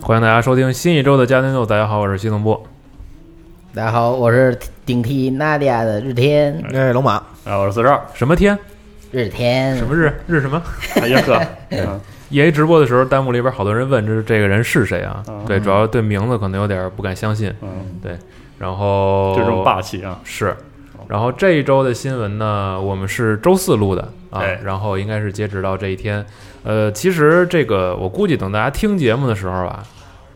欢迎大家收听新一周的《家庭秀》。大家好，我是西总部。大家好，我是顶替娜迪亚的日天，哎，龙马，啊，我是四十二，什么天？日天什么日？日什么？叶克， E A 直播的时候，弹幕里边好多人问这这个人是谁啊？啊对，主要对名字可能有点不敢相信。嗯，然后这种霸气啊，是，然后这一周的新闻呢，我们是周四录的啊哎，然后应该是截止到这一天。呃，其实这个我估计等大家听节目的时候吧，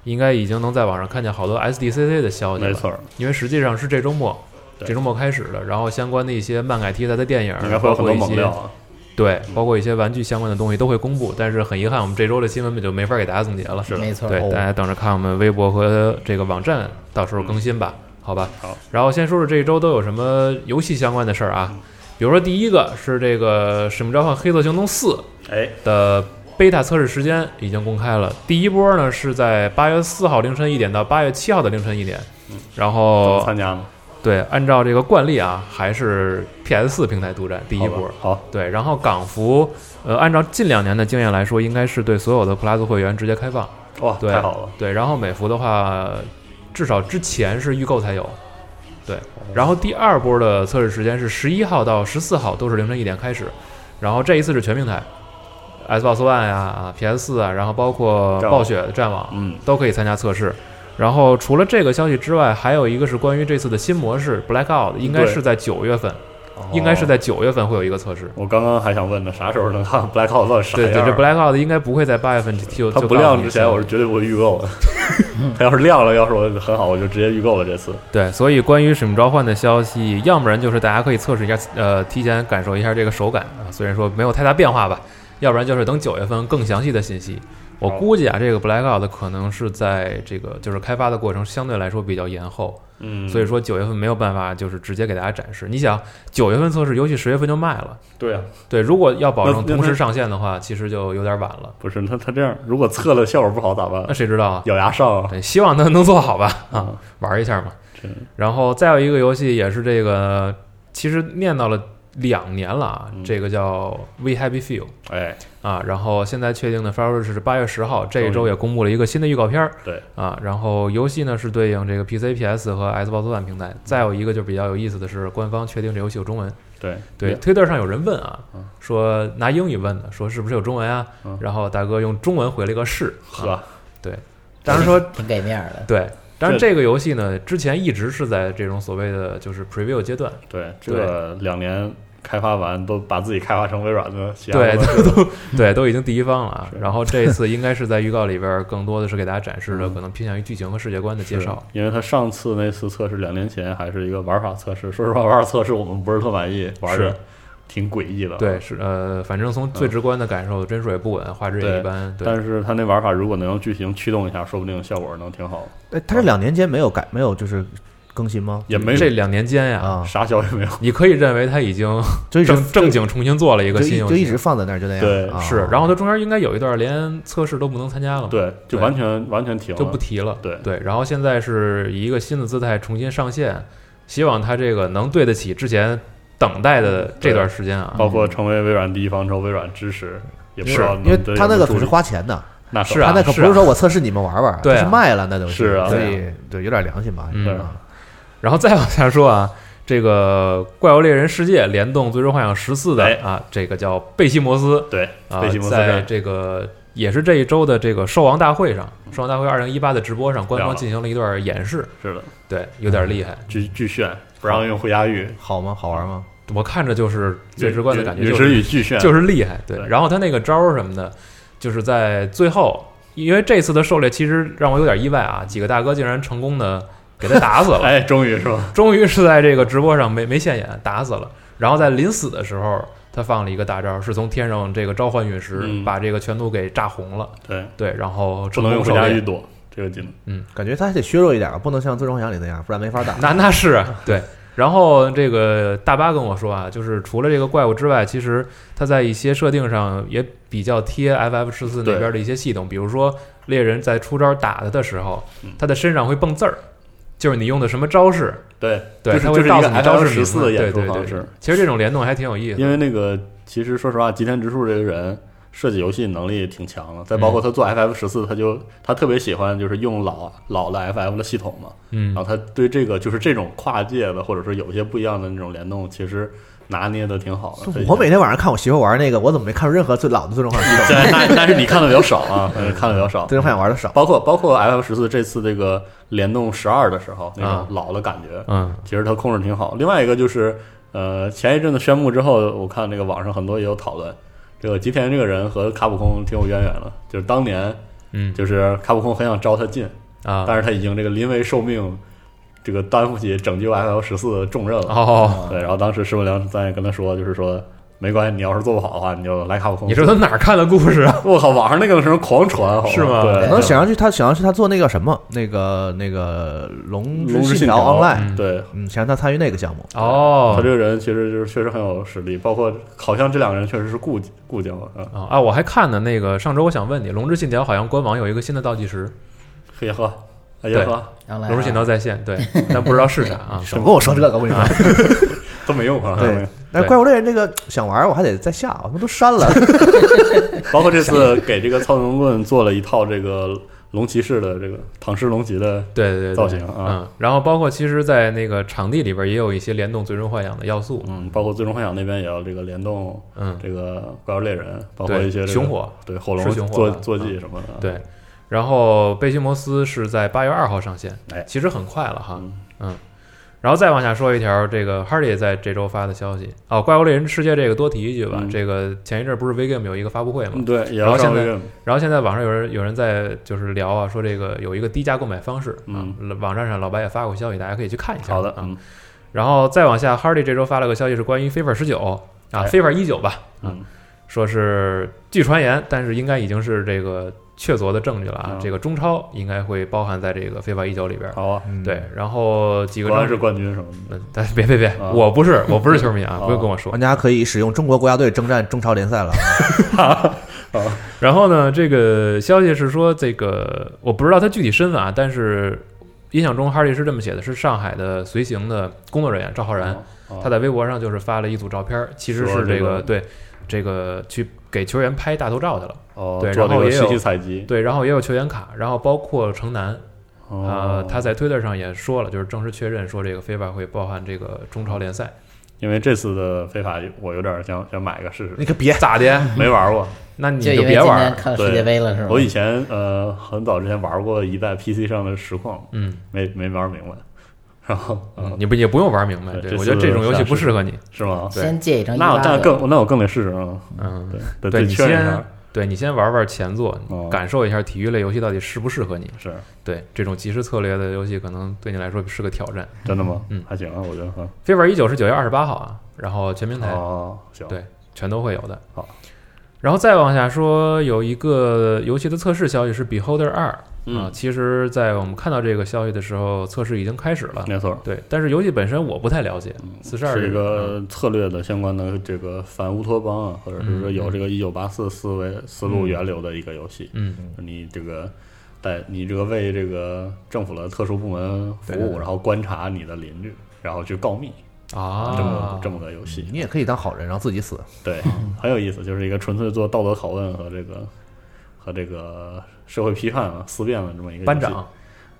应该已经能在网上看见好多 S D C C 的消息了。没错，因为实际上是这周末，对这周末开始的，然后相关的一些漫改题材的电影应该，会包有很括多一猛些哦料啊，对，包括一些玩具相关的东西都会公布。但是很遗憾，我们这周的新闻就没法给大家总结了。是的没错对，哦大家等着看我们微博和这个网站到时候更新吧，好吧。嗯好，然后先说说这一周都有什么游戏相关的事儿嗯啊。比如说，第一个是这个《使命召唤：黑色行动四》哎，的 beta 测试时间已经公开了。第一波呢是在八月四号凌晨一点到八月七号的凌晨一点，然嗯怎后么参加呢？对，按照这个惯例啊，还是 PS 四平台独占第一波好吧。好，对，然后港服，呃，按照近两年的经验来说，应该是对所有的 Plus 会员直接开放。哇，对，太好了，对，然后美服的话，至少之前是预购才有。对，哦然后第二波的测试时间是十一号到十四号，都是凌晨一点开始。然后这一次是全平台，Xbox One 呀、啊、PS 四啊，然后包括战网暴雪的战网，嗯，都可以参加测试。然后除了这个消息之外，还有一个是关于这次的新模式 Blackout，应该对是在九月份，应该是在哦。九月份会有一个测试。我刚刚还想问呢，啥时候能看 Black Hole 到底啥对样对，儿？这 Blackout 应该不会在八月份就它就不告诉亮你之前，我是绝对不会预购的。它要是亮了，要是我很好，我就直接预购了这次。对，所以关于使命召唤的消息，要不然就是大家可以测试一下，呃，提前感受一下这个手感啊，虽然说没有太大变化吧，要不然就是等九月份更详细的信息。我好估计啊，这个 Blackout 可能是在这个就是开发的过程相对来说比较延后，嗯，所以说九月份没有办法就是直接给大家展示。你想，九月份测试，游戏十月份就卖了。对啊，对，如果要保证那那同时上线的话，其实就有点晚了。不是它它这样，如果测了效果不好咋办那？谁知道啊？咬牙上啊！对，希望他能做好吧，啊嗯，玩一下嘛真。然后再有一个游戏也是这个，其实念叨了两年了啊，嗯这个叫 We Happy Few 哎，啊。然后现在确定的发售日是八月十号，这一周终于也公布了一个新的预告片儿。对啊，然后游戏呢是对应这个 PC、PS 和 Xbox One 平嗯台。再有一个就比较有意思的是，官方确定这游戏有中文。对对，，推特上有人问啊，说拿英语问的，说是不是有中文啊嗯？然后大哥用中文回了一个是。啊，呵，当然说挺给面儿的，对，但是这这个游戏呢，之前一直是在这种所谓的就是 preview 阶段，对，这个两年开发完都把自己开发成微软的其他对，公司都都对都已经第一方了啊。是然后这次应该是在预告里边儿更多的是给大家展示的，可能偏向于剧情和世界观的介绍。因为他上次那次测试两年前还是一个玩法测试， 说实话，玩法测试我们不是特满意，玩的是挺诡异的。对，是呃，反正从最直观的感受，帧数也不稳，画质也对一般。对，但是他那玩法如果能用剧情驱动一下，说不定效果能挺好。哎，他这两年间没有改，没有就是更新吗？也没有嗯这两年间呀，啊，啥消息没有，你可以认为它已经就一直正正经重新做了一就个新一游就一戏直。放在那儿，就那样。对啊是，然后它中间应该有一段连测试都不能参加了嘛，对，就对完全完全停了，就不嗯提了。对对，然后现在是以一个新的姿态重新上线，希望它这个能对得起之前等待嗯的这段时间啊。包括成为微软第一方之后，微软支持也不知道能因为对他那有没有个助可是力花钱的，那是啊他那可不是啊是说我测试你们玩玩，对啊他是卖了那东西，是啊所以对有点良心吧，嗯是吧然后再往下说啊，这个《怪物猎人世界》联动《最终幻想十四》的哎啊，这个叫贝西摩斯对啊贝西，摩斯在战这个也是这一周的这个兽王大会上，兽王大会二零一八的直播上，官亮方了嗯进行了一段演示，是的，对，有点厉害。巨巨炫，不让用会押韵，好吗？好玩吗？我看着就是最直观的感觉，陨就石是与巨炫就是厉害。对，对然后他那个招儿什么的，就是在最后因为这次的狩猎其实让我有点意外啊，几个大哥竟然成功的给他打死了， 哎，终于是吧？终于是在这个直播上没没现眼，打死了。然后在临死的时候，他放了一个大招，是从天上这个召唤陨石，嗯把这个全都给炸红了。对，对，然后不成能用功回狩家猎去。躲这个技能。感觉他还得削弱一点啊，不能像最终幻想里那样，不然没法打。 那那是啊对。然后这个大巴跟我说啊，就是除了这个怪物之外，其实它在一些设定上也比较贴 FF 十四那边的一些系统，比如说猎人在出招打他的时候嗯，他的身上会蹦字儿，就是你用的什么招式，对，对，就是它就会是一告诉个你招 F 式十四名的字演出对对方对式，，其实这种联动还挺有意思的。因为那个其实说实话，吉田直树这个人设计游戏能力挺强的，再包括嗯他做 FF 十四，他就他特别喜欢就是用老老的 FF 的系统嘛，嗯然后他对这个就是这种跨界的，或者说有一些不一样的那种联动，其实拿捏的挺好的。他已经我每天晚上看我媳妇玩那个，我怎么没看出任何最老的最终幻想系统？对，但但是你看的比较少啊，嗯看的比较少最。终幻想玩的少，包括包括 FF 十四这次这个联动十二的时候，那啊种老的感觉，嗯其实他控制挺好。另外一个就是，呃，前一阵子宣布之后，我看那个网上很多也有讨论，这个吉田这个人和卡普空挺有渊源的，就是当年嗯就是卡普空很想招他进，啊但是他已经这个临危受命，这个担负起拯救 FL 十四的重任了。哦，对，然后当时石本良在跟他说，就是说没关系，你要是做不好的话，你就来卡普空。你这都哪儿看的故事啊？我靠，网上那个时候狂传，好吧是吗对，可能想上去他想上去他做那个什么，那个那个龙龙之信信条条 online，嗯对，嗯，想让他参与那个项目。哦 他，这个人其实就是确实很有实力，包括好像这两个人确实是故故交啊，啊啊！我还看呢，那个上周我想问你，《龙之信条》好像官网有一个新的倒计时，黑喝，哎呀喝然后《来啊龙之信条》在线， 对，但不知道是啥啊。少跟我说这个，我跟你说。都没用啊，都没对用，对但是怪物猎人这个想玩，我还得再下，我他妈都删了。包括这次给这个操纵棍做了一套这个龙骑士的这个唐诗龙骑的对对对，造型嗯啊，，然后包括其实，在那个场地里边也有一些联动《最终幻想》的要素，嗯，包括最终幻想那边也要这个联动嗯，这个怪物猎人，包括对，一些这个嗯熊火，对火龙是熊火坐吧坐骑什么的，对。然后《贝西摩斯》是在八月二号上线哎，其实很快了哈。嗯然后再往下说一条，这个 Hardy 在这周发的消息哦，《怪物猎人世界》这个多提一句吧，嗯这个前一阵不是 VGame 有一个发布会嘛，嗯对，也然后要上现在嗯月，然后现在网上有人有人在就是聊啊，说这个有一个低价购买方式啊嗯，网站上老白也发过消息，大家可以去看一下。好的，啊，嗯然后再往下，Hardy 这周发了个消息是关于 FIFA 十九啊哎，FIFA 一九吧，嗯，说是据传言，但是应该已经是这个确凿的证据了啊嗯，这个中超应该会包含在这个 FIFA 一九里边。好啊，嗯对，，然后几个果然正是冠军什么的，呃但别别别啊，我不 是我不是球迷啊，哦不用跟我说玩。家可以使用中国国家队征战中超联 赛了。然后呢，这个消息是说，这个我不知道他具体身份啊，但是印象中哈利是这么写的，是上海的随行的工作人员赵浩然，哦，他在微博上就是发了一组照片儿，其实说是这这个个对这个去给球员拍大头照去了，哦，对做然这后个也信息有采集，对，然后也有球员卡，然后包括城南，呃哦，他在推特上也说了，就是正式确认说这个 FIFA 会包含这个中超联赛，因为这次的非法，我有点想想买一个试试， 你可别咋的？没玩过。那你就因为别今玩天儿，看世界杯了是吗？我以前呃很早之前玩过一代 PC 上的实况，嗯，没没玩明白。然后嗯嗯，你不也不用玩明白，对对这我觉得次这种游戏下不是适合你，是吗？对先借一张一那我八那的，更那我更得试试啊。嗯。对，对得你确认一先下。，对你先玩玩前作，哦感受一下体育类游戏到底适不适合你。是对这种即时策略的游戏，可能对你来说是个挑战。真的吗？嗯还行啊，我觉得哈。 FIFA 一九是九月二十八号啊，然后全平台哦，行，对全都会有的。好，然后再往下说，有一个游戏的测试消息是 Beholder 二啊，嗯，其实，在我们看到这个消息的时候，测试已经开始了。没错。对，但是游戏本身我不太了解，四十二嗯是一嗯个策略的相关的这个反乌托邦啊，或者是说有这个一九八四思维思路源流的一个游戏。嗯，你这个带你这个为这个政府的特殊部门服务，对对对然后观察你的邻居，然后去告密，啊，这么、这么个游戏，嗯你也可以当好人，然后自己死。对，很有意思，就是一个纯粹做道德拷问和这个和这个社会批判啊、思辨的这么一个游班，戏长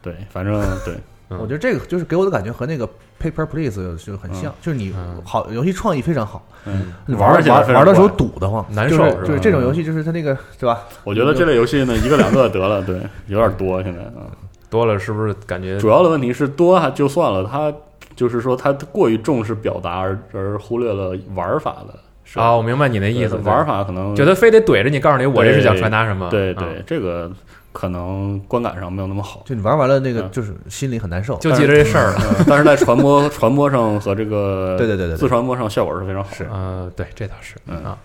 对，反正对，嗯我觉得这个就是给我的感觉和那个 Paper Please 就很像，就是你嗯好游戏创意非常好，嗯，你玩玩起来非玩常玩的时候怪堵得慌，难就受是是吧就是这种嗯游戏，就是它那个对吧？我觉得这类游戏呢，一个两个得了，对，有点多现在啊。多了是不是感觉主要的问题是多还就算了，它就是说它过于重视表达而而忽略了玩法的是啊，我明白你那意思，对玩法可能觉得非得怼着你，告诉你我这是想传达什么，对嗯对，这个可能观感上没有那么好。就你玩完了那个，嗯就是心里很难受。就记着这事儿了。呃但是在传播 传播上和这个对对对对对自传播上效果是非常好的。是呃，对，这倒是嗯啊。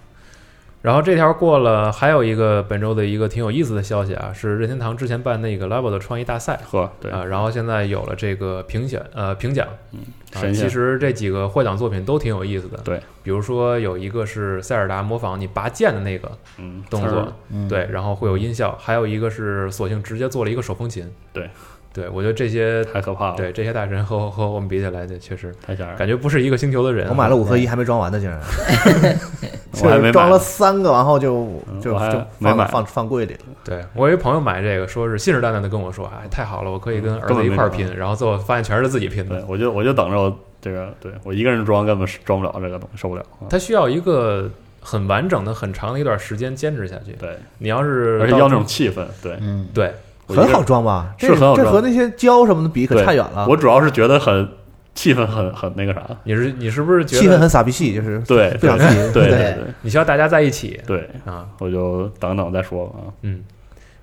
然后这条过了，还有一个本周的一个挺有意思的消息啊，是任天堂之前办那个 Level 的创意大赛呵，对，啊，然后现在有了这个评选呃评奖啊，神其仙实这几个获奖作品都挺有意思的。对，比如说有一个是塞尔达模仿你拔剑的那个嗯，动词作儿，嗯，对，然后会有音效，还有一个是索性直接做了一个手风琴。对，对我觉得这些太可怕了，对这些大神和和我们比起来，这确实太吓人了。感觉不是一个星球的人啊。我买了五合一还没装完呢，竟然嗯 我还就没是买装了呢，三个，然后就嗯就我还就没放买放放柜里了。对我有一朋友买这个，说是信誓旦旦的跟我说，哎，太好了，我可以跟儿子一块儿嗯根本没拼，然后最后发现全是自己拼对的。我就我就等着我这个，对我一个人装根本是装不了这个东西，受不了。啊他需要一个很完整的、很长的一段时间坚持下去。对，你要是而且到要那种气氛，对，嗯，对我一个很人好装啊吧？是这很好这装和那些胶什么的比可对差远了。我主要是觉得很气氛很很那个啥，你是你是不是觉气氛得很傻逼气，就是对不想对气。对对对你需要大家在一起对，啊？我就等等再说吧。啊嗯，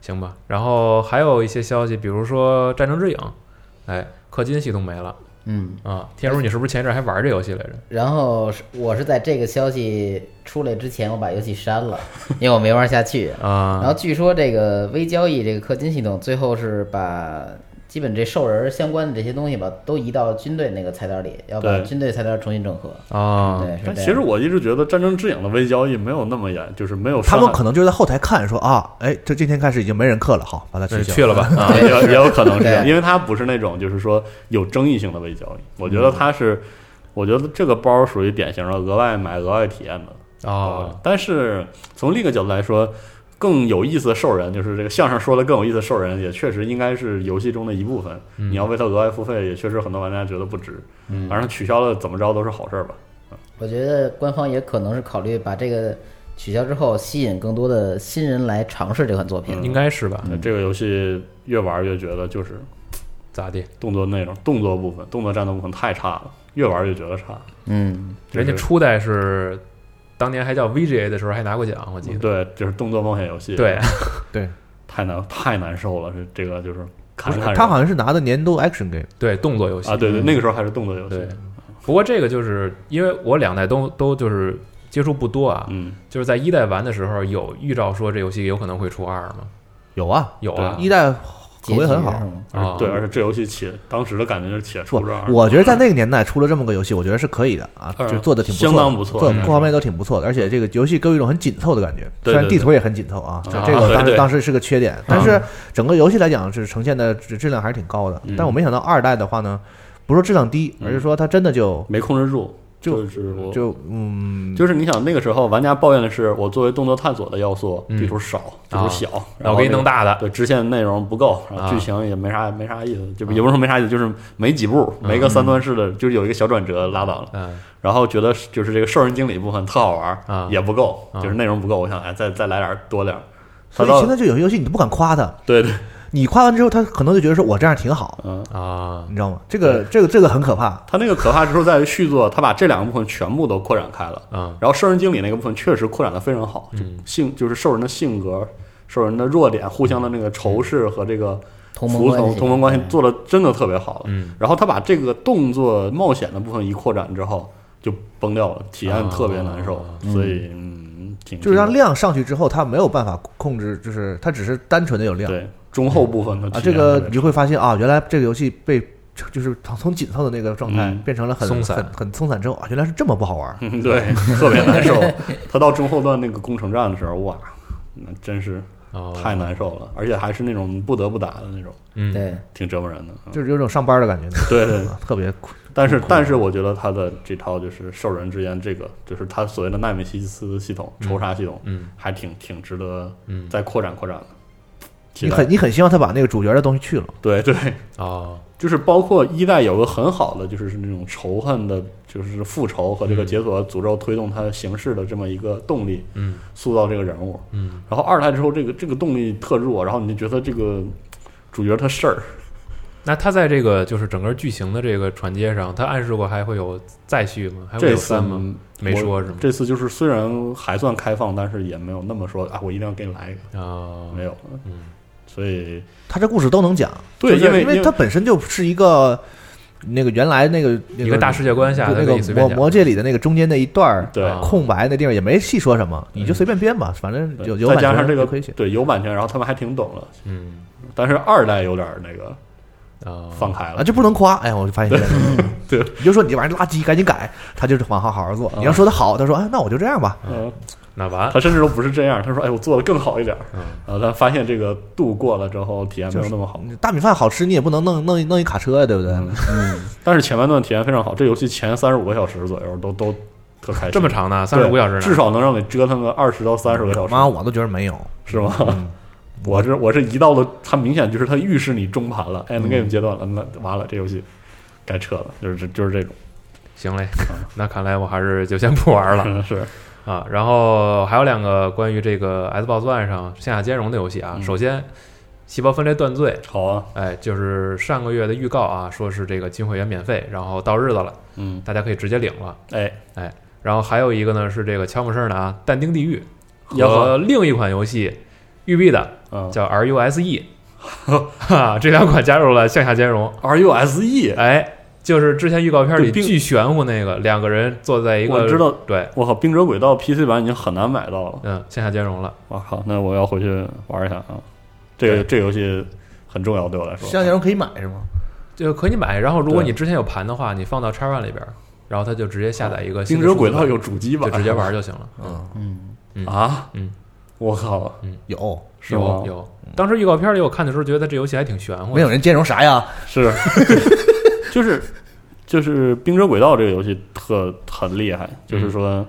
行吧。然后还有一些消息，比如说《战争之影》，哎，氪金系统没了嗯。啊。天如，你是不是前一阵还玩这游戏来着？然后是我是在这个消息出来之前，我把游戏删了，因为我没玩下去。然后啊，据说这个微交易这个氪金系统，最后是把基本这兽人相关的这些东西吧，都移到军队那个菜单里，要把对军队菜单重新整合。啊，对，是这但样。其实我一直觉得《战争之影》的微交易没有那么严，就是没有他们上海可能就是在后台看说啊，哎，这今天开始已经没人刻了，好，把它那取你消。去了吧啊。 也有也有可能是这样，对因为它不是那种就是说有争议性的微交易。我觉得嗯它是，我觉得这个包属于典型的额外买额外体验的呃哦，。但是从另一个角度来说，更有意思的兽人，就是这个相声说的更有意思的兽人，也确实应该是游戏中的一部分。嗯你要为它额外付费，也确实很多玩家觉得不值。反正取消了怎么着都是好事儿吧。我觉得官方也可能是考虑把这个取消之后，吸引更多的新人来尝试这款作品。嗯应该是吧？这个游戏越玩越觉得就是咋地？动作内容、动作部分、动作战斗部分太差了，越玩越觉得差。嗯，人家就是初代是当年还叫 VGA 的时候还拿过奖，我记得。对，就是动作冒险游戏，对，对，太难太难受了，这这个就是不看是看着他好像是拿的年度 action game，对，动作游戏嗯啊，对对，那个时候还是动作游戏，嗯对不过这个就是因为我两代都都就是接触不多啊，嗯，就是在一代玩的时候有预兆说这游戏有可能会出二嘛，有啊，有啊一代口结碑局很好是。吗？啊，对，而且这游戏且当时的感觉就是且不出这样，，我觉得在那个年代出了这么个游戏，我觉得是可以的啊，嗯就做的挺不错的，相当不错做得嗯各方面都挺不错的，而且这个游戏给我一种很紧凑的感觉，对虽然对地图也很紧凑啊，啊这这个当对时对当时是个缺点，但是整个游戏来讲是呈现的质质量还是挺高的嗯，但我没想到二代的话呢，不是说质量低，嗯而是说它真的就没控制住，就是我就就嗯，就是你想那个时候玩家抱怨的是，我作为动作探索的要素，嗯地图少，地啊图小，然我后给你那弄个。大的，对，支线内容不够，然啊后剧情也没啥没啥意思，就也不是说没啥意思，就是没几步，没个三段式的，就是有一个小转折拉倒了。嗯然后觉得是就是这个兽人经理部分特好玩儿啊也不够，啊就是内容不够，我想哎再再来点儿多点儿。所他以到现在就有些游戏你都不敢夸它， 对对，你夸完之后，他可能就觉得说我这样挺好，嗯，啊你知道吗？这个这个这个很可怕，他那个可怕之处在于续作，他把这两个部分全部都扩展开了。啊然后兽人经理那个部分确实扩展的非常好，嗯就性就是兽人的性格、兽人的弱点、互相的那个仇视和这个同盟服关从系，同盟关系做的真的特别好了。嗯，然后他把这个动作冒险的部分一扩展之后就崩掉了，体验特别难受，啊所以嗯，挺就是让量上去之后，它没有办法控制，就是它只是单纯的有量对中后部分的啊。体这验个特别你就会发现啊，原来这个游戏被就是从紧凑的那个状态嗯变成了很松散很很松散之后啊，原来是这么不好玩。嗯， 对，特别难受。他到中后段那个攻城战的时候，哇，那真是哦太难受了，而且还是那种不得不打的那种，嗯对，挺折磨人的。嗯就是有种上班的感觉，对对， 啊特别苦但是但是我觉得他的这套就是兽人之间这个，就是他所谓的奈米西斯系统、仇杀系统，嗯还挺挺值得嗯再扩展扩展的。期你待很你很希望他把那个主角的东西去了，对对， 哦就是包括一代有个很好的，就是那种仇恨的，就是复仇和这个嗯解锁诅咒推动它形式的这么一个动力，嗯塑造这个人物。嗯然后二代之后，这个这个动力特弱，然后你就觉得这个主角他事儿，那它在这个就是整个剧情的这个传接上，它暗示过还会有再续吗？还会这有次三吗？没我说是吗？这次就是虽然还算开放，但是也没有那么说啊，我一定要给你来一个，啊，哦没有。嗯，所以他这故事都能讲，对就是因为因为因为它本身就是一个那个原来那个那一个大世界观下就它那可个以随便魔讲魔界里的那个中间那一段儿对嗯啊空白那地方也没细说什么，你就随便编吧，反正有有再版加上权这个就可以写。对有版权，然后他们还挺懂了。嗯但是二代有点儿那个啊，放开了啊，，这不能夸！哎呀，我就发现这 个，对，你就说你这玩意儿垃圾，赶紧改，他就是往好好好做。你要说他好，他说哎，那我就这样吧。嗯，那完他甚至都不是这样，他说：“哎，我做的更好一点儿。”嗯然后他发现这个度过了之后，体验没有那么好。嗯大米饭好吃，你也不能弄弄弄一卡车呀，对不对？嗯但是前半段体验非常好，这游戏前三十五个小时左右都都特开心，这么长呢，三对，十五个小时呢，至少能让你折腾个二十到三十个小时，妈，我都觉得没有。是吗？嗯我这我这一到了，它明显就是它预示你中盘了，end 嗯 game 阶段了，那完了，这游戏该撤了，就是这就是这种，行嘞。那看来我还是就先不玩了。嗯 是啊，然后还有两个关于这个 Xbox One 上线下兼容的游戏啊。嗯首先，《细胞分裂断罪》，好啊，哎，就是上个月的预告啊，说是这个金会员免费，然后到日子了，嗯，大家可以直接领了。哎，然后还有一个呢是这个悄没声儿的啊，《但丁地狱》也好和另一款游戏育碧的嗯叫 RUSE，哈，这两款加入了向下兼容。 ，R U S E，哎，就是之前预告片里对并巨玄乎那个，两个人坐在一个，我知道，对，我靠，冰者轨道 P C 版已经很难买到了，嗯，向下兼容了。我靠，那我要回去玩一下啊，这个这个游戏很重要对我来说，向前容可以买是吗？就可以买。然后如果对你之前有盘的话，你放到叉 One 里边儿，然后它就直接下载一个新冰的数字者轨道版有主机版，啊就直接玩就行了。嗯，嗯，啊，嗯，我靠，有，是吗有？有，当时预告片里我看的时候觉得这游戏还挺玄乎没的有人兼容啥呀？ 是，就是就是《冰车轨道》这个游戏特很厉害，就是说，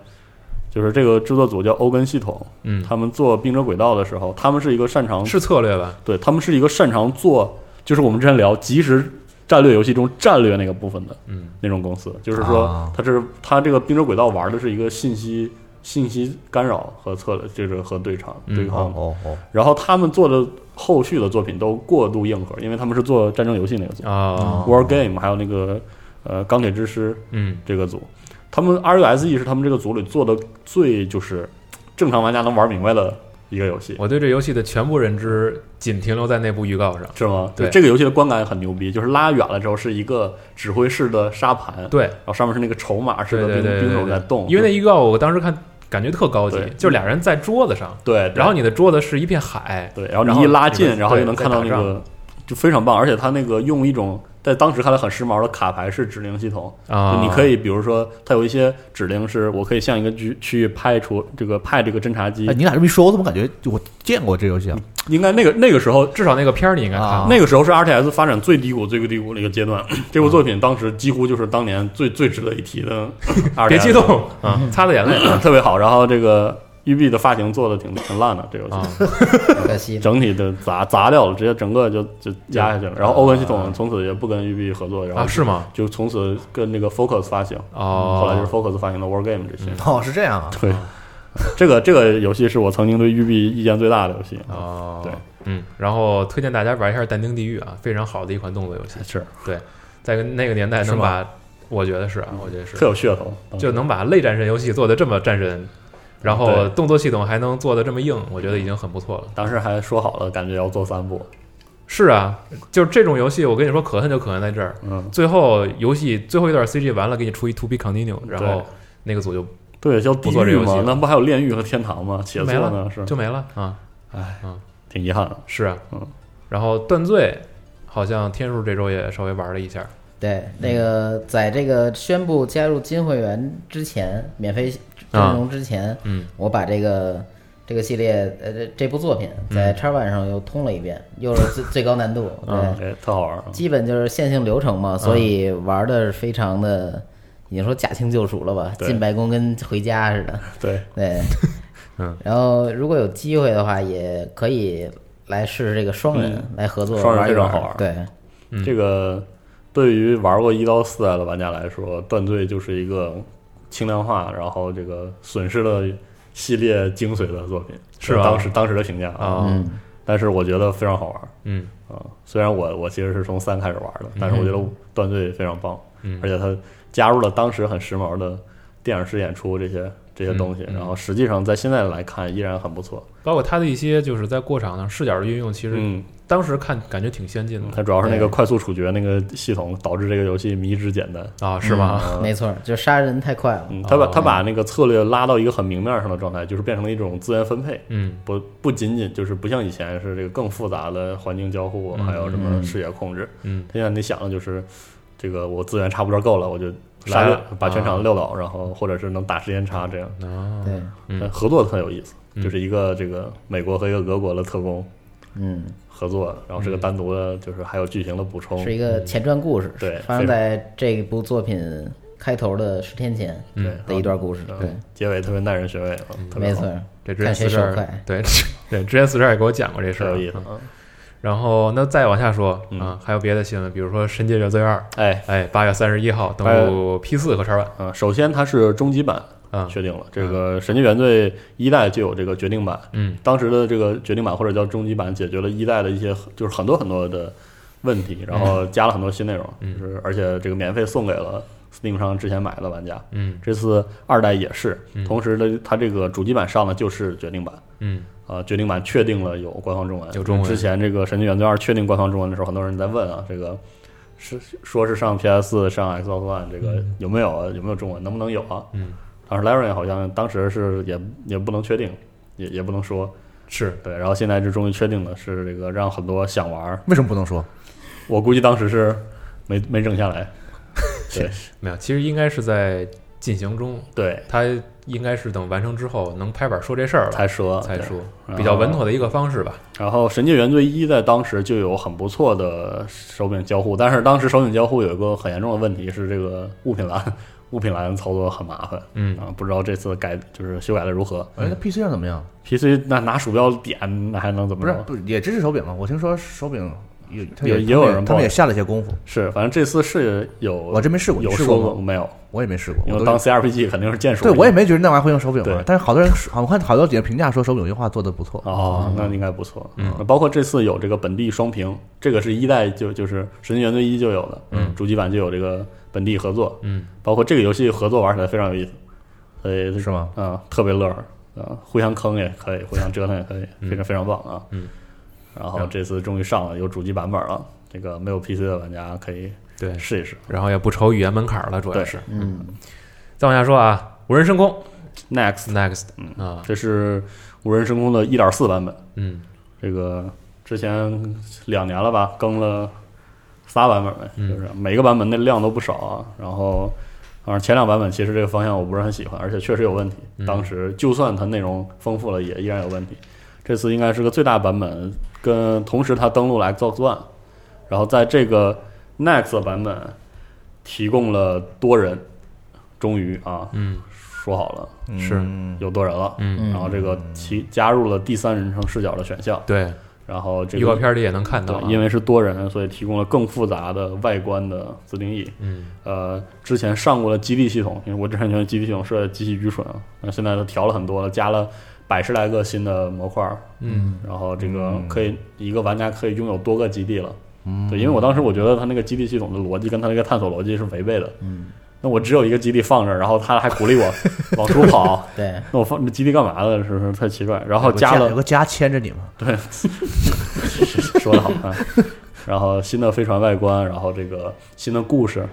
就是这个制作组叫欧根系统，嗯，他们做《冰车轨道》的时候，他们是一个擅长，是策略吧？对他们是一个擅长做，就是我们之前聊即时战略游戏中战略那个部分的嗯那种公司，就是说啊，它是它这个《冰车轨道》玩的是一个信息。信息干扰和策略，这个和对抗嗯对抗，哦哦，然后他们做的后续的作品都过度硬核，因为他们是做战争游戏那个组，哦， War Game，还有那个呃钢铁之师嗯这个组，他们 RUSE E 是他们这个组里做的最就是正常玩家能玩明白的一个游戏，我对这游戏的全部认知仅停留在那部预告上。是吗？对就这个游戏的观感很牛逼，就是拉远了之后是一个指挥式的沙盘，对，然后上面是那个筹码式对的对兵对兵对种在对，动，因为那就预告我当时看感觉特高级对，就俩人在桌子上，对，对然后你的桌子是一片海，对，然后然你后一拉那近，个然后对就能在看到打那仗个就非常棒，而且它那个用一种。在当时看来很时髦的卡牌式指令系统，啊，就你可以，比如说，它有一些指令是我可以向一个区区域派出这个派这个侦察机哎，，你俩这么一说，我怎么感觉我见过这游戏啊？应该那个那个时候，至少那个片儿你应该看啊了。那个时候是 RTS 发展最低谷、最低谷的一个阶段。这部作品当时几乎就是当年最最值得一提 的 RTS，别激动，啊，嗯擦擦眼泪特别好。然后这个育碧的发行做的挺挺烂的，这游戏、啊。可 惜了。整体的砸砸掉了，直接整个就就压下去了。然后欧文系统从此也不跟育碧合作，然后啊，是吗？就从此跟那个 Focus 发行，哦，后来就是 Focus 发行的 War Game 这些。哦，是这样啊。对，这个这个游戏是我曾经对育碧意见最大的游戏。哦，对，嗯，然后推荐大家玩一下《但丁地狱》啊，非常好的一款动作游戏，啊是在那个年代是能吗把，我觉得是啊，我觉得是嗯特，有噱头，嗯当时就能把类战神游戏做的这么战神，然后对动作系统还能做的这么硬，我觉得已经很不错了。当时还说好了，感觉要做三部，是啊，就是这种游戏，我跟你说可恨就可恨在这儿，嗯，最后游戏最后一段 CG 完了，给你出一 To Be Continue，然后那个组就对，叫地不做这狱游戏嘛了，那不还有炼狱和天堂吗？且没做呢了，是，就没了啊，哎嗯，挺遗憾的。是啊嗯，然后断罪。好像天数这周也稍微玩了一下，对，那个在这个宣布加入金会员之前，免费阵容之前，嗯，我把这个这个系列呃这这部作品在叉 One 上又通了一遍，又是最 最高难度，嗯，对，哎，特好玩儿。基本就是线性流程嘛，所以玩的是非常的，已经说驾轻就熟了吧，对进白宫跟回家似的，对，对，嗯，然后如果有机会的话，也可以来试试这个双人来合作双人玩一非常玩好玩对，嗯这个对于玩过一到四代的玩家来说，断罪就是一个轻量化，然后这个损失了系列精髓的作品，是吧当时当时的评价啊嗯，但是我觉得非常好玩儿。嗯，啊、虽然我我其实是从三开始玩的，但是我觉得断队非常棒，嗯而且它加入了当时很时髦的电影式演出这些这些嗯东西，嗯然后实际上在现在来看依然很不错。包括它的一些就是在过场上视角的运用，其实嗯，当时看感觉挺先进的它主要是那个对快速处决那个系统导致这个游戏迷之简单。啊，是吗？嗯没错，就杀人太快了。嗯，他把哦他把那个策略拉到一个很明面上的状态，就是变成了一种资源分配，嗯不不仅仅就是不像以前是这个更复杂的环境交互，嗯还有什么视野控制。嗯他现在你想的就是，这个我资源差不多够了，我就杀来掉了把全啊场撂倒，然后或者是能打时间差这样。啊，对，嗯但合作的很有意思，嗯就是一个这个美国和一个俄国的特工嗯，合作，然嗯后是个单独的，就是还有剧情的补充。是一个前传故事，哦对发生在这部作品开头的十天前对嗯的一段故事，然后对，结尾特别耐人寻味，啊特别没好错，，这之前看四谁十手二快，对对，之前四十二也给我讲过这事特儿有意思啊。啊。然后那再往下说嗯啊，还有别的新闻，比如说《神界原罪二》，哎，哎，八月三十一号登陆 P 四和叉 One 嗯，首先它是终极版啊，确定了，这个《神经元队》一代就有这个决定版，嗯当时的这个决定版或者叫终极版，解决了一代的一些就是很多很多的问题，然后加了很多新内容，嗯就是而且这个免费送给了 Steam 上之前买的玩家。嗯这次二代也是嗯，同时的，它这个主机版上的就是决定版，嗯啊，决定版确定了有官方中文，有中文之前这个《神经元罪二》确定官方中文的时候，很多人在问啊，这个是说是上 PS 上 Xbox One 这个有没有啊？有没有中文？能不能有啊？嗯，当时 Larry 好像当时是也也不能确定，也也不能说是对。然后现在这终于确定了，是这个让很多想玩儿，为什么不能说？我估计当时是没没整下来。对没有，其实应该是在进行中，对，它应该是等完成之后能拍板说这事儿了才说才对说，然比较后稳妥的一个方式吧。然后《神界原罪一》在当时就有很不错的手柄交互，但是当时手柄交互有一个很严重的问题是这个物品栏，物品栏操作很麻烦嗯，啊，不知道这次改就是修改的如何。哎，那 PC 上怎么样？ PC 那拿鼠标点那还能怎么不是着？不是也支持手柄吗？我听说手柄也他也嗯也也有他们人他们报也下了一些功夫，是，反正这次是有我真没试过，你有试说过过吗？没有？我也没试过，因我为都当 CRPG 肯定是键鼠。对我也没觉得那玩意儿会用手柄对嘛。但是好多人好我看好多底下评价说手柄优化做的不错，哦，那应该不错。嗯，包括这次有这个本地双屏，这个是一代就就是《神经元罪一》就有的，嗯，主机版就有这个本地合作，嗯，包括这个游戏合作玩起来非常有意思，所以是吗？啊，特别乐儿啊，互相坑也可以，互相折腾也可以，非常非常棒啊。嗯，然后这次终于上了有主机版本了，这个没有 PC 的玩家可以对，试一试。然后也不愁语言门槛儿了，主要对是。嗯，再往下说啊，无人升空 Next， next 嗯啊，这是无人升空的1.4版本，嗯这个之前两年了吧，更了仨版本呗，嗯就是每个版本的量都不少啊。然后，啊，前两版本其实这个方向我不是很喜欢，而且确实有问题。嗯当时就算它内容丰富了，也依然有问题。这次应该是个最大版本，跟同时它登陆了 Xbox One，然后在这个 Next 版本提供了多人，终于啊嗯说好了是嗯有多人了，嗯，嗯然后这个其加入了第三人称视角的选项。对，然后这预个告片里也能看到啊，对，因为是多人，所以提供了更复杂的外观的自定义。嗯呃，之前上过的基地系统，因为我之前觉得基地系统设计极其愚蠢啊，那现在都调了很多了，加了百十来个新的模块儿，嗯然后这个可以、一个玩家可以拥有多个基地了。嗯，对，因为我当时我觉得他那个基地系统的逻辑跟他那个探索逻辑是违背的。嗯，那我只有一个基地放这儿，然后他还鼓励我往出 跑，对，那我放这基地干嘛了？是不是太奇怪？然后有个加了有个家牵着你嘛， 说的好看。然后新的飞船外观，然后这个新的故事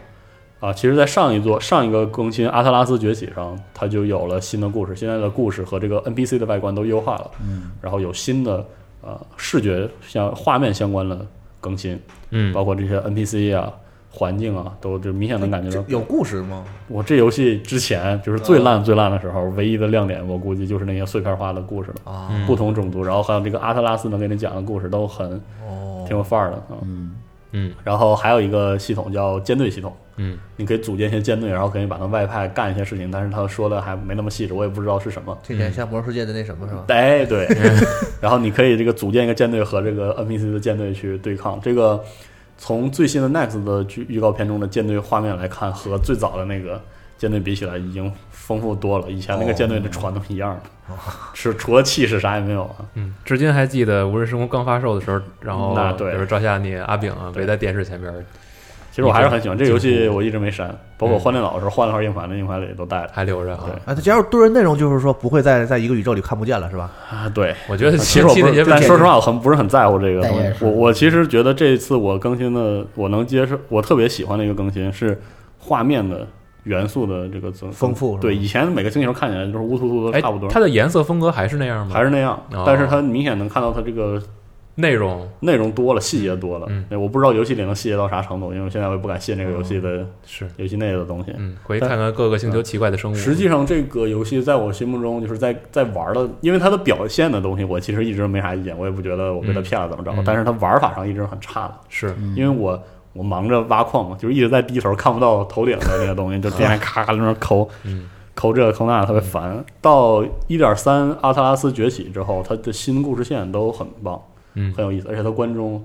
啊，其实，在上一座上一个更新《阿特拉斯崛起》上，它就有了新的故事，现在的故事和这个 NPC 的外观都优化了，嗯，然后有新的呃视觉像画面相关的更新，嗯，包括这些 NPC 啊。环境啊，都就明显能感觉到。有故事吗？我这游戏之前就是最烂最烂的时候，唯一的亮点，我估计就是那些碎片化的故事了。啊，嗯不同种族，然后还有这个阿特拉斯能给你讲的故事都很哦，挺有范儿的啊。嗯，嗯然后还有一个系统叫舰队系统，嗯你可以组建一些舰队，然后可以把它外派干一些事情，但是他说的还没那么细致，我也不知道是什嗯么。听起来像魔兽世界的那什么是吧？哎，对，然后你可以这个组建一个舰队和这个 NPC 的舰队去对抗。这个从最新的 Next 的剧预告片中的舰队画面来看，和最早的那个舰队比起来已经丰富多了。以前那个舰队的船都是一样哦的，是除了气势啥也没有了。嗯，至今还记得《无人生活》刚发售的时候，然后那对比如赵夏你阿炳啊，对围在电视前边，其实我还是很喜欢这个游戏，我一直没删，包括嗯换电脑的时候换了块硬盘，那硬盘里都带着。还留着啊。对啊，它只要多人内容，就是说不会在在一个宇宙里看不见了，是吧？啊，对，我觉得其前实我期不那些问是，但题说实话，我很不是很在乎这个但东也西。是我我其实觉得这次我更新的，我能接受，我特别喜欢的一个更新是画面的元素的这个增丰富是吧对，以前每个星球看起来就是乌突突的哎差不多，，它的颜色风格还是那样吗？还是那样哦，但是它明显能看到它这个内容内容多了，细节多了嗯。对我不知道游戏里能细节到啥程度，因为我现在我也不敢信这个游戏的是，游戏内的东西。嗯，回去看看各个星球奇怪的生物。实际上，这个游戏在我心目中就是在在玩的，因为它的表现的东西，我其实一直没啥意见，我也不觉得我被它骗了怎么着嗯嗯，但是它玩法上一直很差的。是因为我我忙着挖矿嘛，就是一直在低头看不到头顶的那个东西，就天天咔咔在那儿抠， 嗯抠这个抠那个，特别烦。到一点三阿特拉斯崛起之后，它的新故事线都很棒，嗯很有意思，而且它关中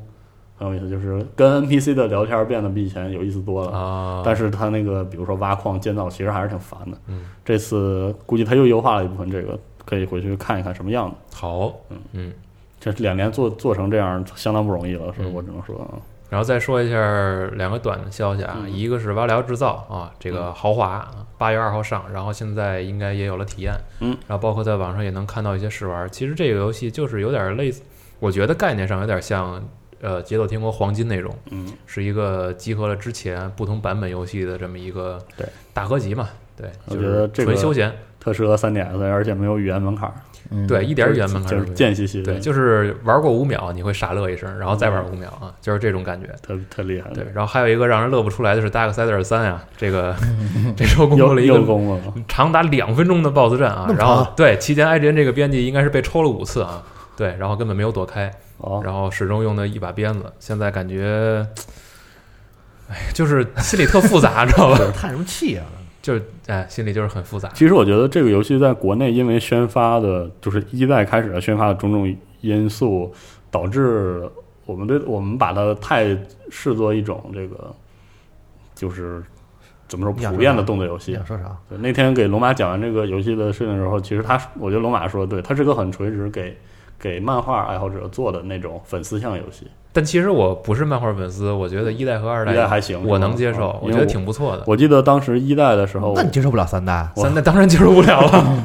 很有意思，就是跟 NPC 的聊天变得比以前有意思多了。啊，但是是它那个，比如说挖矿建造，其实还是挺烦的。嗯，这次估计它又优化了一部分，这个可以回去看一看什么样子。好，嗯嗯，这两年做做成这样，相当不容易了，是嗯我只能说。嗯然后再说一下两个短的消息啊，嗯一个是挖聊制造啊，这个豪华八月二号上，然后现在应该也有了体验，嗯，然后包括在网上也能看到一些试玩。其实这个游戏就是有点类似，我觉得概念上有点像呃《节奏天国黄金》那种，嗯，是一个集合了之前不同版本游戏的这么一个对大合集嘛。对，我就觉得是这纯个休闲，特适合三 DS，而且没有语言门槛儿，嗯对，一点儿语言门槛就都是没有贱兮兮的，对，就是玩过五秒你会傻乐一声，然后再玩嗯五秒啊，就是这种感觉。特特厉害。对，，然后还有一个让人乐不出来的是《Dark Sider 三》啊，这个这周公布又了一又个公布了，长达两分钟的 BOSS 战啊那，然么长啊后对期间 IGN 这个编辑应该是被抽了五次啊，对，然后根本没有躲开，哦，然后始终用的一把鞭子，现在感觉，哎，就是心里特复杂， 知道吧？叹什么气啊？就是哎，心里就是很复杂，其实我觉得这个游戏在国内因为宣发的，就是一代开始的宣发的种种因素，导致我们对我们把它太视作一种这个，就是怎么说你想普说遍的啥动作游戏你想。说啥？对，哦那天给龙马讲完这个游戏的事情的时候，其实他我觉得龙马说的对，它是个很垂直给给漫画爱好者做的那种粉丝向游戏。但其实我不是漫画粉丝，我觉得一代和二一代代还行，我能接是吧受啊，我因觉为得挺不错的，我记得当时一代的时候那，你接受不了三代？我三代当然接受不了了。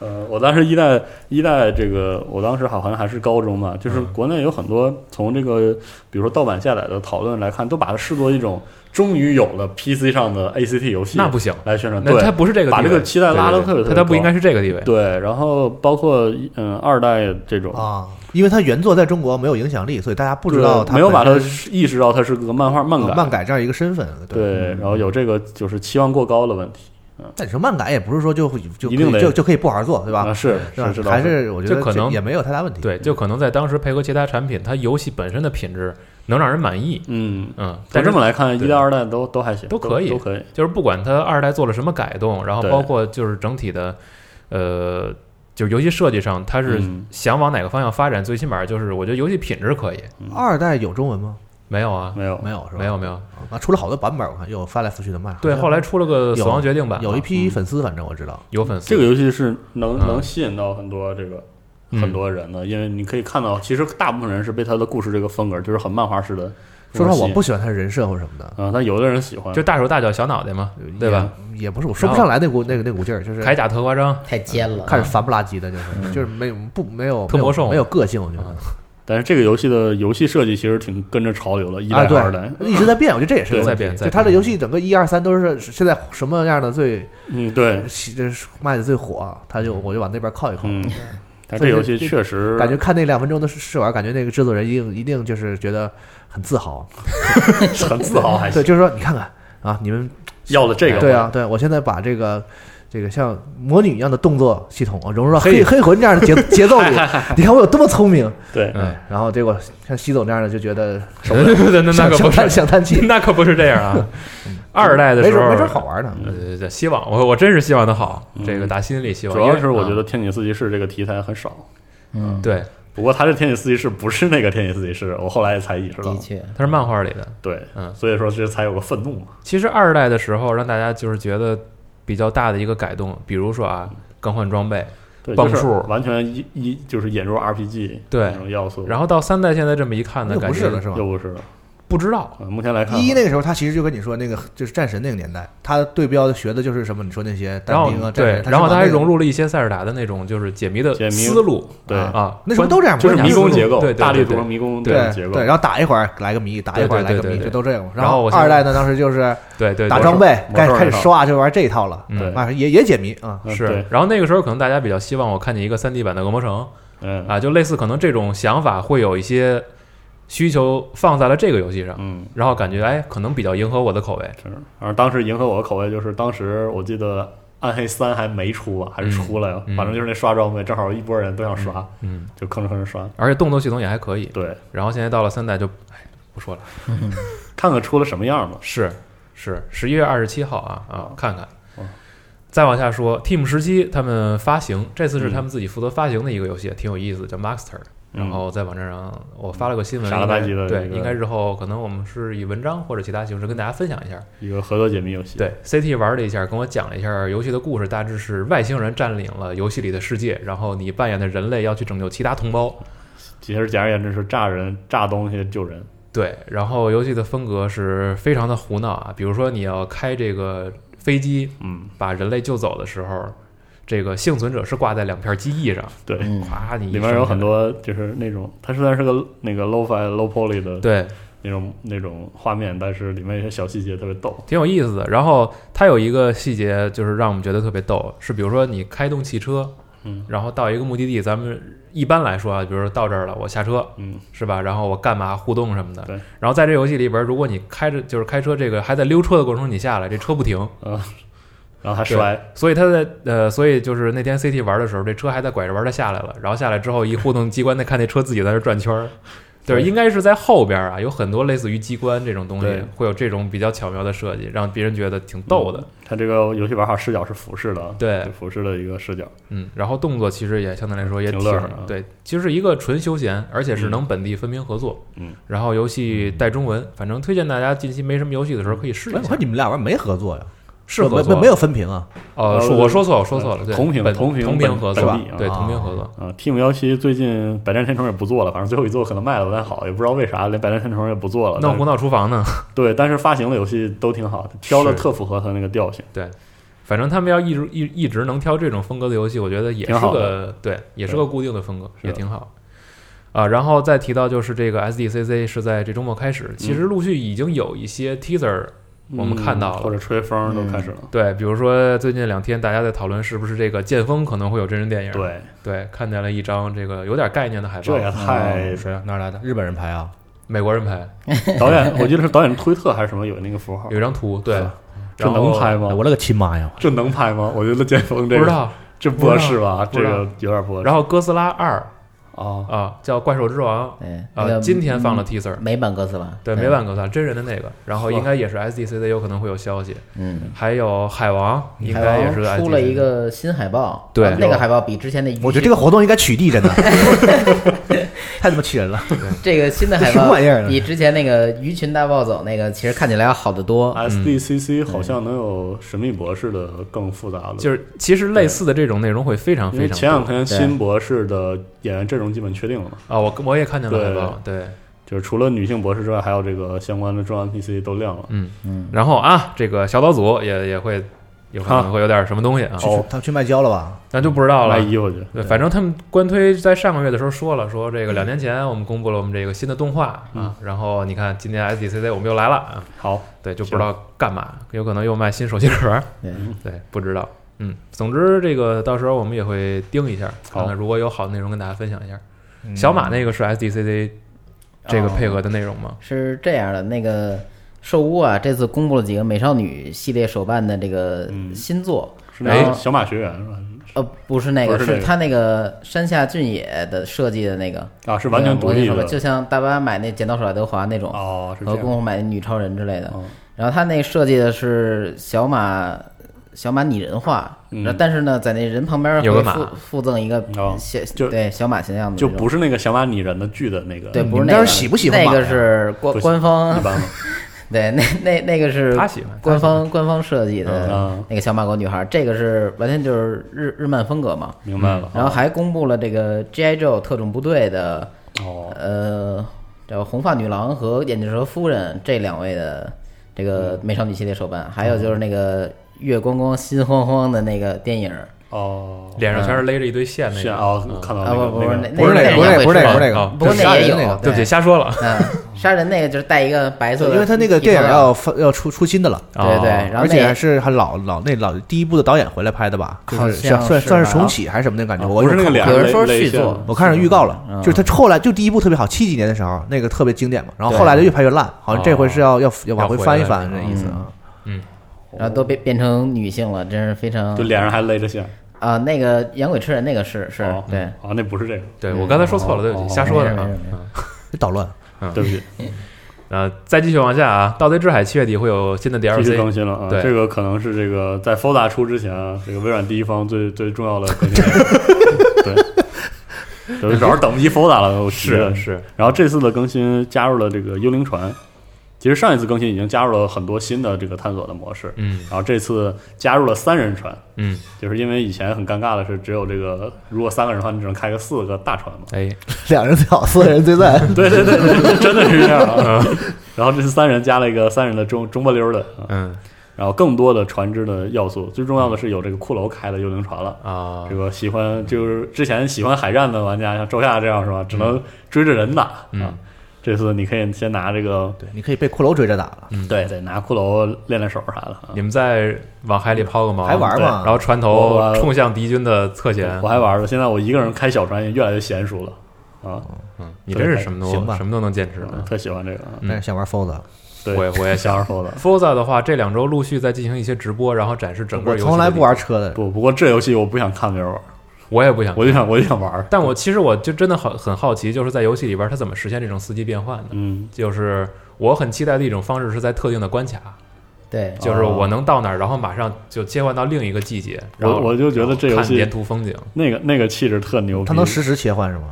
呃，我当时一代一代这个，我当时好像还是高中嘛，就是国内有很多从这个，比如说盗版下载的讨论来看，都把它视作一种终于有了 PC 上的 ACT 游戏，那不行，来宣传，那他对不是这个地把位，这个期待拉得对对特别对特他别他不高应该是这个地位。对，然后包括嗯二代这种。啊，因为它原作在中国没有影响力，所以大家不知道它没有把它本身呃哦意识到它是个漫画漫改，漫改这样一个身份。对，然后有这个就是期望过高的问题但你说漫改也不是说就就可一定以得就就可以不好好做，对吧？啊是吧是知道还是我觉这得可能也没有太大问题。对，就可能在当时配合其他产品，它游戏本身的品质能让人满意。嗯，嗯，但但是这么来看，对一代、二代都都还行，都都可以都可以。就是不管它二代做了什么改动，然后对包括就是整体的，呃，就是游戏设计上，它是嗯想往哪个方向发展，最起码就是我觉得游戏品质可以。二代有中文吗？没有啊，没有没有是吧？没有没有。啊，出了好多版本，我看又有翻来覆去的卖。对，后来出了个《死有亡决定版》嘛，有一批嗯粉丝，反正我知道。有粉丝这个游戏是能嗯能吸引到很多这个嗯很多人的，因为你可以看到，其实大部分人是被他的故事这个风格，就是很漫画式的。说实话，我吸引不喜欢他的人设或什么的，呃啊，但有的人喜欢就，大手大脚小脑袋嘛，对吧？也？也不是，我说不上来那股那个那股劲儿，就是铠甲特夸张，太尖了，看着烦不拉几的，嗯就是就是没有不没有啊特魔兽没有没有个性，我觉得。但是这个游戏的游戏设计其实挺跟着潮流的，一代啊，对二代，，一直在变，我觉得这也是个对在问题变在就变它的游戏整个一二三都是现在什么样的最嗯， 对，喜这是卖的最火，啊他就我就往那边靠一靠。嗯，但这游戏确实感觉看那两分钟的试试玩，感觉那个制作人一定一定就是觉得很自豪。啊很自豪，还对，行，就是说你看看啊，你们要了这个，对，啊，对我现在把这个。这个像魔女一样的动作系统，我融入到黑嘿黑魂这样 的节节奏里，你看我有多么聪明。对，嗯，然后结果像西总这样的就觉得 那那那想可想不叹是， 想叹气，那可不是这样啊。二代的没时准候没准好玩呢。呃，对对希望我我真是希望它好，嗯这个打心里希望。主要因为是我觉、嗯啊得天井四骑士这个题材很少，嗯，对，不过他这天体四骑士不是那个天体四骑士，我后来才意识到的，确，它是漫画里的。对，嗯所以说这才有个愤怒嘛，其实二代的时候，让大家就是觉得比较大的一个改动，比如说嗯啊，更换装备，对，棒就是数完全一一就是引入 RPG 对那种要素，然后到三代现在这么一看呢，又感不是觉了是吧又？嗯不是了，不知道，嗯目前来看，一那个时候，他其实就跟你说那个就是战神那个年代，他对标学的就是什么？你说那些单然后兵啊，战嗯对神，，然后他他还融入入了一些塞尔达的那种就是解谜的解谜思路对，啊啊，那时候都这样，就是迷宫结构，对对对大地对图迷宫那对种结构对，，然后打一会儿来个谜，打一会儿来个对对对谜，对就都这样嘛。然后后我现在二代呢，当时就是对对打对装备，魔兽开魔兽开始那套刷就玩这一套了，嗯对啊，也也解谜啊。嗯是对，然后那个时候可能大家比较希望我看见一个三 D 版的《恶魔城》嗯啊，就类似可能这种想法会有一些需求放在了这个游戏上，嗯。然后感觉哎，可能比较迎合我的口味。是，反正当时迎合我的口味，就是当时我记得《暗黑三》还没出吧，还是出了呀？嗯嗯反正就是那刷装备，正好一波人都想刷，嗯，就吭哧吭哧刷。而且动作系统也还可以。对，然后现在到了三代就，哎，不说了。看看出了什么样吧。是是，十一月二十七号啊啊哦，看看哦。再往下说，Team 十七他们发行，这次是嗯他们自己负责发行的一个游戏，挺有意思，叫 Master。然嗯后在网站上我发了个新闻，傻了应该吧唧的对，那个应该日后可能我们是以文章或者其他形式跟大家分享一下。一个合作解谜游戏，，对，CT 玩了一下，跟我讲了一下游戏的故事，大致是外星人占领了游戏里的世界，然后你扮演的人类要去拯救其他同胞。其实简而言之是炸人、炸东西、救人。对，然后游戏的风格是非常的胡闹啊，比如说你要开这个飞机，嗯，把人类救走的时候，这个幸存者是挂在两片机翼上，对，嗯，咵，你一里面有上很多就是那种，它虽然是个那个 low fi low poly 的对，那种那种画面，但是里面有些小细节特别逗。挺有意思的。然后它有一个细节，就是让我们觉得特别逗，是比如说你开动汽车，嗯然后到一个目的地，咱们一般来说啊，比如说到这儿了，我下车，嗯，是吧？然后我干嘛互动什么的。对。然后在这游戏里边，如果你开着就是开车这个还在溜车的过程中你下来，这车不停，然后还摔，所以他在呃，所以就是那天 CT 玩的时候，这车还在拐着弯，他下来了，然后下来之后一互动机关，他看那车自己在那转圈儿。对，对应该是在后边啊，有很多类似于机关这种东西对，会有这种比较巧妙的设计，让别人觉得挺逗的。嗯它这个游戏玩法视角是俯视的，啊对就俯视的一个视角。嗯，然后动作其实也相对来说也挺挺乐呵的啊对，其实是一个纯休闲，而且是嗯能本地分屏合作。嗯，然后游戏带中文，反正推荐大家近期没什么游戏的时候可以试哎一我下看。你们俩玩没合作呀？是没合作没没有分屏啊？呃，说我说错了，我说错了，对同屏本同屏同本屏合作本地，啊对同屏啊合作。啊，Team 幺七最近百战天虫也不做了，反正最后一座可能卖了不太好，也不知道为啥连百战天虫也不做了。弄但胡闹厨房呢？是对，但是发行的游戏都挺好的，挑的是特符合它那个调性。反正他们要一直一一直能挑这种风格的游戏，我觉得也是挺好个对，也是对个固定的风格，是也挺好。啊，然后再提到就是这个 SDCC 是在这周末开始，嗯其实陆续已经有一些 teaser，、我们看到了嗯或者吹风都开始了。对，比如说最近两天大家在讨论是不是这个剑锋可能会有真人电影，对，对看见了一张这个有点概念的海报，这也太哦谁啊？哪儿来的？日本人拍啊？美国人拍，导演，我记得是导演推特还是什么有那个符号有，一张图，对，是 这然后能拍吗？我勒个亲妈呀！这能拍吗？我觉得剑不锋这知个道。这不合适吧？不这知道个有点不合适。然后哥斯拉二哦，啊，叫怪兽之王对，哎那啊，个嗯今天嗯放了 teaser，美版哥斯拉，对，美版哥斯拉真人的那个，然后应该也是 SDC 的，有可能会有消息。嗯，还有海王，应该也是海 SDC 王出了一个新海报，对啊那个海报比之前的一，我觉得这个活动应该取缔，真的，太他妈气人了！这个新的海这什报么玩意儿啊比之前那个鱼群大暴走那个其实看起来要好得多。啊 SDCC 好像能有神秘博士的更复杂的，就是其实类似的这种内容会非常因为非前常两多天对新博士的演员阵容基本确定了嘛，啊，我我也看见了海报，对，就是除了女性博士之外，还有这个相关的重要 NPC 都亮了。嗯嗯，然后啊，这个小岛组也也会有可能会有点什么东西啊，哦哎他们去卖胶了吧？咱就不知道了卖。衣服去，对，反正他们官推在上个月的时候说了，说这个两年前我们公布了我们这个新的动画啊，然后你看今年 SDCC 我们又来了啊，好，对，就不知道干嘛，有可能又卖新手机壳儿，对对，不知道。嗯，总之这个到时候我们也会盯一下，好看看如果有好的内容跟大家分享一下。嗯小马那个是 SDCC 这个配合的内容吗？是这样的，那个兽屋啊，这次公布了几个美少女系列手办的这个嗯新作，是那然个后小马学员是吧？呃，不是那个，不是那个他那个山下俊也的设计的那个，呃啊，是完全独立那个模型手的办就像大巴买那剪刀手爱德华那种，哦，是这和功样。夫买那女超人之类的。哦然后他那设计的是小马小马拟人化，嗯然后但是呢，在那人旁边有个会马附附赠一个哦小、就对小马形象的就那种不是那个小马拟人的剧的那个，对，一不是你们那这个是喜不喜欢那马个呀是官不喜官方般吧？ 对，那那那个是他喜欢官方官方设计的嗯，那个小马狗女孩，这个是完全就是日日漫风格嘛。明白了。然后还公布了这个 G.I. Joe 特种部队的哦，呃叫红发女郎和眼镜蛇夫人这两位的这嗯个美少女系列手办，还有就是那个月光光心慌慌的那个电影 儿哦，脸上全是勒着一堆线那炫个。啊，看到啊，那不个不不是那不是那个那个个也不是那个会出不是那个吧不是那个不过那也有那个，哦对不起，瞎说了。嗯，杀人那个就是戴一个白色的，因为他那个电影要发要出出新的了，对对，哦然后那而且还是还老老那老第一部的导演回来拍的吧，就好是像算算是算是吧重启还是什么那感觉，啊我不是那个脸上有人说勒续线作我看上预告了，嗯就是他后来就第一部特别好，七几年的时候那个特别经典嘛，然后后来就越拍越烂，好像这回是要要要往回翻一翻哦要回这来嗯意思啊。然后都变变成女性了，真是非常就脸上还勒着线。啊，那个养鬼吃人那个是是哦对，啊，那不是这个，对我刚才说错了，对不哦起，瞎说的没事啊没事没。别捣乱，对不起，呃，再继续往下啊，《盗贼之海》七月底会有新的继续更 DLC，新了啊。对这个可能是这个在 Fold 出之前啊，这个微软第一方最最重要的更新。对，对， 主要是等不及 Fold 了，我是是，然后这次的更新加入了这个幽灵船，其实上一次更新已经加入了很多新的这个探索的模式，嗯然后这次加入了三人船，嗯，就是因为以前很尴尬的是，只有这个如果三个人的话，你只能开个四个大船嘛。哎，两人最好，四个人最赞。 对对对对，真的是这样啊。然后这次三人加了一个三人的中中不溜的，啊嗯然后更多的船只的要素，最重要的是有这个骷髅开的幽灵船了。啊这，个喜欢就是之前喜欢海战的玩家，像周夏这样是吧？只能追着人打啊。嗯这次你可以先拿这个对，你可以被骷髅追着打了，嗯对对，拿骷髅练练手啥的啊。你们再往海里抛个锚，还玩对哦吗？然后船啊我头我冲向敌军的侧舷我。还玩了，现在我一个人开小船也越来越娴熟了啊，嗯，你真是什么都行吧什么都能坚持我的。特喜欢这个啊。嗯但是想玩疯子，对，我也我也想二说的。 Forza 的话，这两周陆续在进行一些直播，然后展示整个我游戏。从来不，玩车的，不，不过这游戏我不想看别人玩，我也不想。我就想我就想玩。但我其实我就真的很很好奇，就是在游戏里边它怎么实现这种四季变换的？嗯，就是我很期待的一种方式是在特定的关卡，哦对哦就是我能到哪儿，然后马上就切换到另一个季节，然后我我就觉得这游看戏沿途风景。那个那个气质特牛逼，它能实时切换是吗？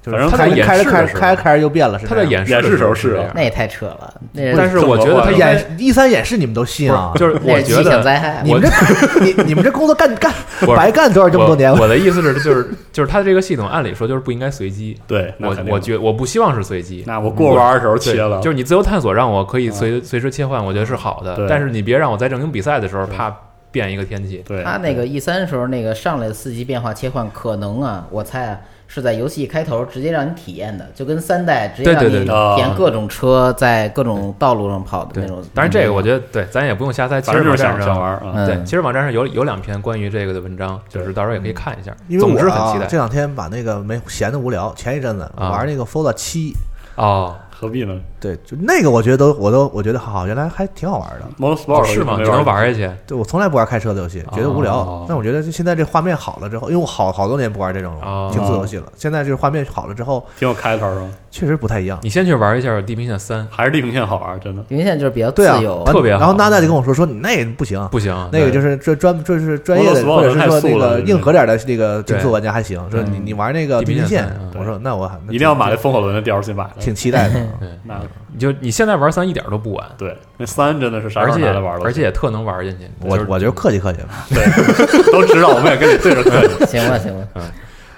就反正是它开演开示着开的时候开着开着就变了，是他在这样演示的演示时候是是这啊样，那也太扯了，那是但是我觉得他这么啊应该演一三演示你们都信啊不是，？就是那我是觉气象得灾害，你们这 你你们这工作干干不是白干多少这么多年我了？我的意思是，就是就是它这个系统，按理说就是不应该随机。对，那我肯定我觉我不希望是随机。那我过弯的时候对切了，嗯就是你自由探索让我可以随随时切换，我觉得是好的对。但是你别让我在正经比赛的时候啪变一个天气。对他那个 E 三时候那个上来的四级变化切换，可能啊，我猜啊是在游戏开头直接让你体验的，就跟三代直接对让对你对体对啊验各种车在各种道路上跑的那种。当然嗯这个我觉得对，咱也不用瞎猜。其反实正就网是站想想上，玩啊。嗯对，其实网站上有有两篇关于这个的文章，就是到时候也可以看一下。嗯因为总我之啊很期待这两天把那个没闲的无聊，前一阵子啊玩那个 Fold 七，哦，何必呢对，就那个我觉得都我都我觉得好，原来还挺好玩的。 ？Motorsport 哦是吗？没你能玩下去？对我从来不玩开车的游戏，觉得无聊。哦但我觉得就现在这画面好了之后，因为我好好多年不玩这种哦竞速游戏了，现在就是画面好了之后，挺有开头是吗？确实不太一样。你先去玩一下《地平线三》，还是地平线好玩，真的。因为现在就是比较自对啊由，，完特别好然后娜娜就跟我说说你那不行，不行，那个对就是专专就是专业的， Motorsport 或者是说太那素了个硬核点的那个竞对速玩家还行。说你嗯你玩那个地地平平线线嗯，我说那我还一定要买那风火轮的 DLC 买了，挺期待的。那你就你现在玩三一点都不晚，对那三真的是啥而时候且拿来玩了？而且也特能玩进去。我就是我就客气客气，对，都知道，我们也跟你对着 客啊气。 行了行了，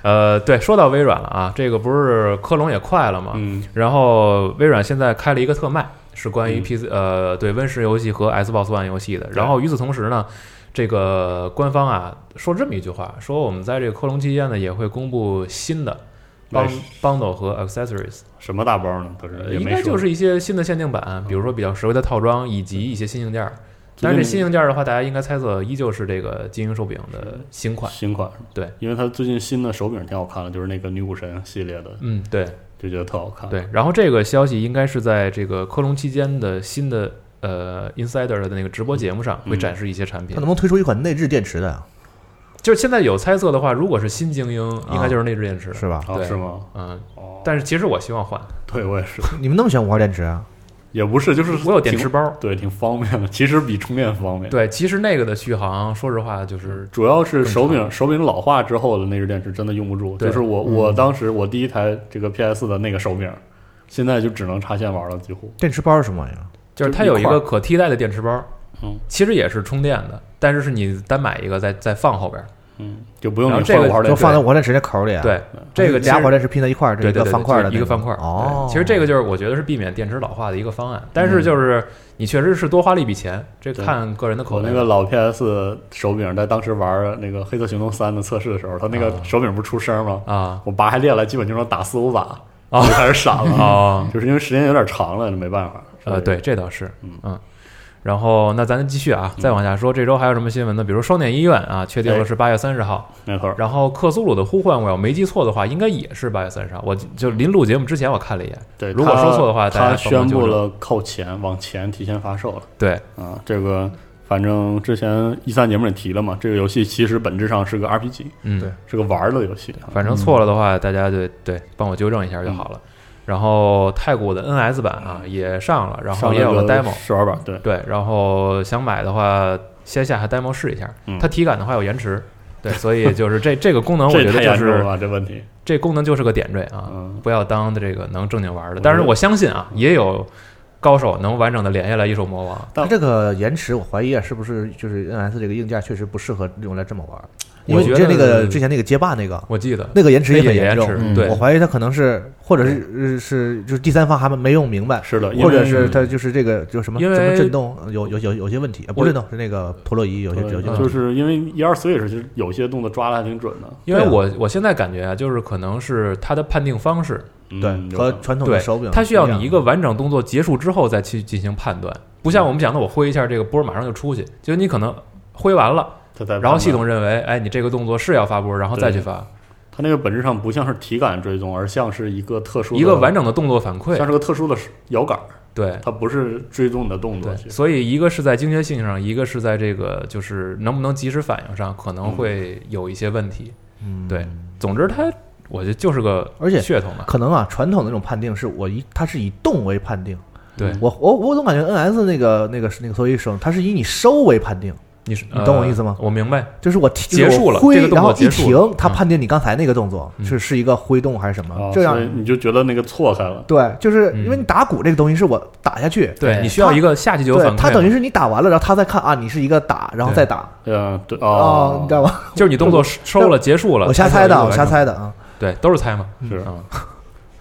呃，对，说到微软了啊，这个不是科隆也快了吗？嗯，然后微软现在开了一个特卖，是关于嗯 PC、呃对 Win 十游戏和 Xbox One 游戏的。然后与此同时呢，这个官方啊说这么一句话，说我们在这个科隆期间呢也会公布新的。帮哎 bundle 和 accessories，什么大包呢？都呃是也呃应没该说就是一些新的限定版，比如说比较实惠的套装以及一些新硬件儿。最近但是这新硬件儿的话，大家应该猜测依旧是这个金鹰手柄的新款。新款，对，因为它最近新的手柄挺好看的，就是那个女武神系列的，嗯，对，就觉得特好看。，对，然后这个消息应该是在这个科隆期间的新的呃 Insider 的那个直播节目上会嗯展示一些产品他能不。能推出一款内置电池的啊呀？就是现在有猜测的话，如果是新精英，应该就是内置电池。是吧？哦，对啊是吗？嗯，哦，但是其实我希望换，对我也是，你们那么喜欢无线电池啊？也不是，就是我有电池挺，包。对，挺方便的，其实比充电方便。，对，其实那个的续航，说实话就是主要是手更柄手柄老化之后的内置电池真的用不住，对嗯就是我我当时我第一台这个 PS 的那个手柄，现在就只能插线玩了，几乎电池包是什么玩意儿？就是就它一有一块个儿可替代的电池包，嗯，其实也是充电的，但是是你单买一个再再放后边儿。嗯，就不用然后你这换个五号对就电池，放在我电池那口里。，啊啊对，嗯这个其实俩火电池拼在一块儿，这对一对个对，方块儿就的是一个方块儿。对哦，嗯其实这个就是我觉得是避免电池老化的一个方案，但是就是你确实是多花了一笔钱，这对看个人的口我碑那个老 PS 手柄，在当时玩那个《黑色行动三》的测试的时候，它那个手柄不是出声吗？啊我拔还裂了，基本就能打四五把，啊我就开始 闪了，啊就是因为时间有点长了，没办法。呃，对，，这倒是嗯嗯。然后，那咱继续啊，再往下说，这周还有什么新闻呢？比如双点医院啊，确定哎了是八月三十号。没错儿，然后，克苏鲁的呼唤，我要没记错的话，应该也是八月三十号。我就就临录节目之前，我看了一眼，对，如果它说错的话大家帮它忙宣布纠正了扣钱，往前提前发售了对，啊。这个反正之前一三节目里提了嘛，这个游戏其实本质上是个 RPG，嗯，对是个玩儿的游戏啊。反正错了的话，大家就对帮我纠正一下就好了。然后太古的 NS 版啊也上了，然后也有了 demo，试玩版，对，对，然后想买的话先下下 demo 试一下嗯，它体感的话有延迟，对，所以就是 这这个功能我这觉太得就严重是了，这问题。这功能就是个点缀啊嗯，不要当这个能正经玩的。我但是觉得我相信啊，也有高手能完整的连下来一手魔王，它这个延迟，我怀疑啊，是不是就是 NS 这个硬件确实不适合用来这么玩儿？因为我你觉这那得个之前那个街霸那个，我记得那个延迟那很也严延重。迟嗯，对我，怀疑它可能是，或者是是就是第三方还没用明呃白，是的，因或者为是它就是这个就什么因什为么震动有有有有些问题，呃不我是震动是那个陀螺仪有些有些对问就题。是因为一二 Switch 其实有些动作抓的还挺准的，因为对啊我我现在感觉啊，就是可能是它的判定方式，嗯对，有和可能传统对的手柄，它需要你一个，完整动作结束之后再去进行判断，不像我们讲的，我挥一下这个波马上就出去，就是你可能挥完了，它在然后系判统断认为，哎，你这个动作是要发波，然后再去发它那个本质上不像是体感追踪，而像是一个特殊的一个完，整的动作反馈像，是个特殊的摇杆儿，对它不是追踪你的动作对，去。所以一个是在精确性上，一个是在这个就是能不能及时反应上，可能会有一些问题。嗯，对，总之它，我觉得就是个而且噱头嘛，可能啊，传统的那种判定是我一，它是以动为判定。对嗯我我我总感觉 NS 那个那个那个所以手，它是以你收为判定，你是你懂我意思吗呃我明白，就是我提就结是束我了挥这个动作然后一结束了停，它嗯判定你刚才那个动作嗯是是一个挥动还是什啊么，，这样所以你就觉得那个错开了，对，就是因为嗯你打鼓这个东西是我打下去，对对你需要一个下去就有对反馈，哎它等于是你打完了，然后他再看啊，你是一个打，然后再打嗯，对哦，你知道吗？就是你动作收了结束了，我瞎它就猜有一的，个我瞎完整猜的啊。对，都是猜嘛。是嗯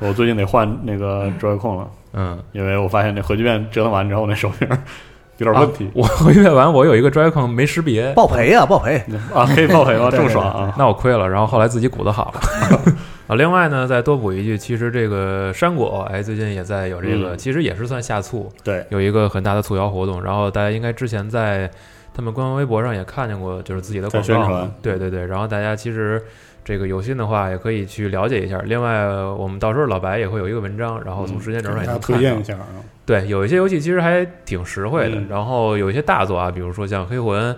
我最近得换那个 Joy-Con 了，嗯，因为我发现那核聚变折腾完之后，那手柄儿 有点问题啊我 回月完，我有一个 Dragon 没识别，爆赔啊，爆赔！啊，可 以报废吗？对这么爽啊！那我亏了。然后后来自己鼓的好了。 啊，另外呢，再多补一句，其实这个山果哎，最近也在有这个，嗯其实也是算下促，对，有一个很大的促销活动。然后大家应该之前在他们官方微博上也看见过，就是自己的广告在宣传。对对对，然后大家其实这个有心的话，也可以去了解一下。另外，我们到时候老白也会有一个文章，然后从时间轴上也能看到。下啊，对，有一些游戏其实还挺实惠的，嗯然后有一些大作啊，比如说像《黑魂》、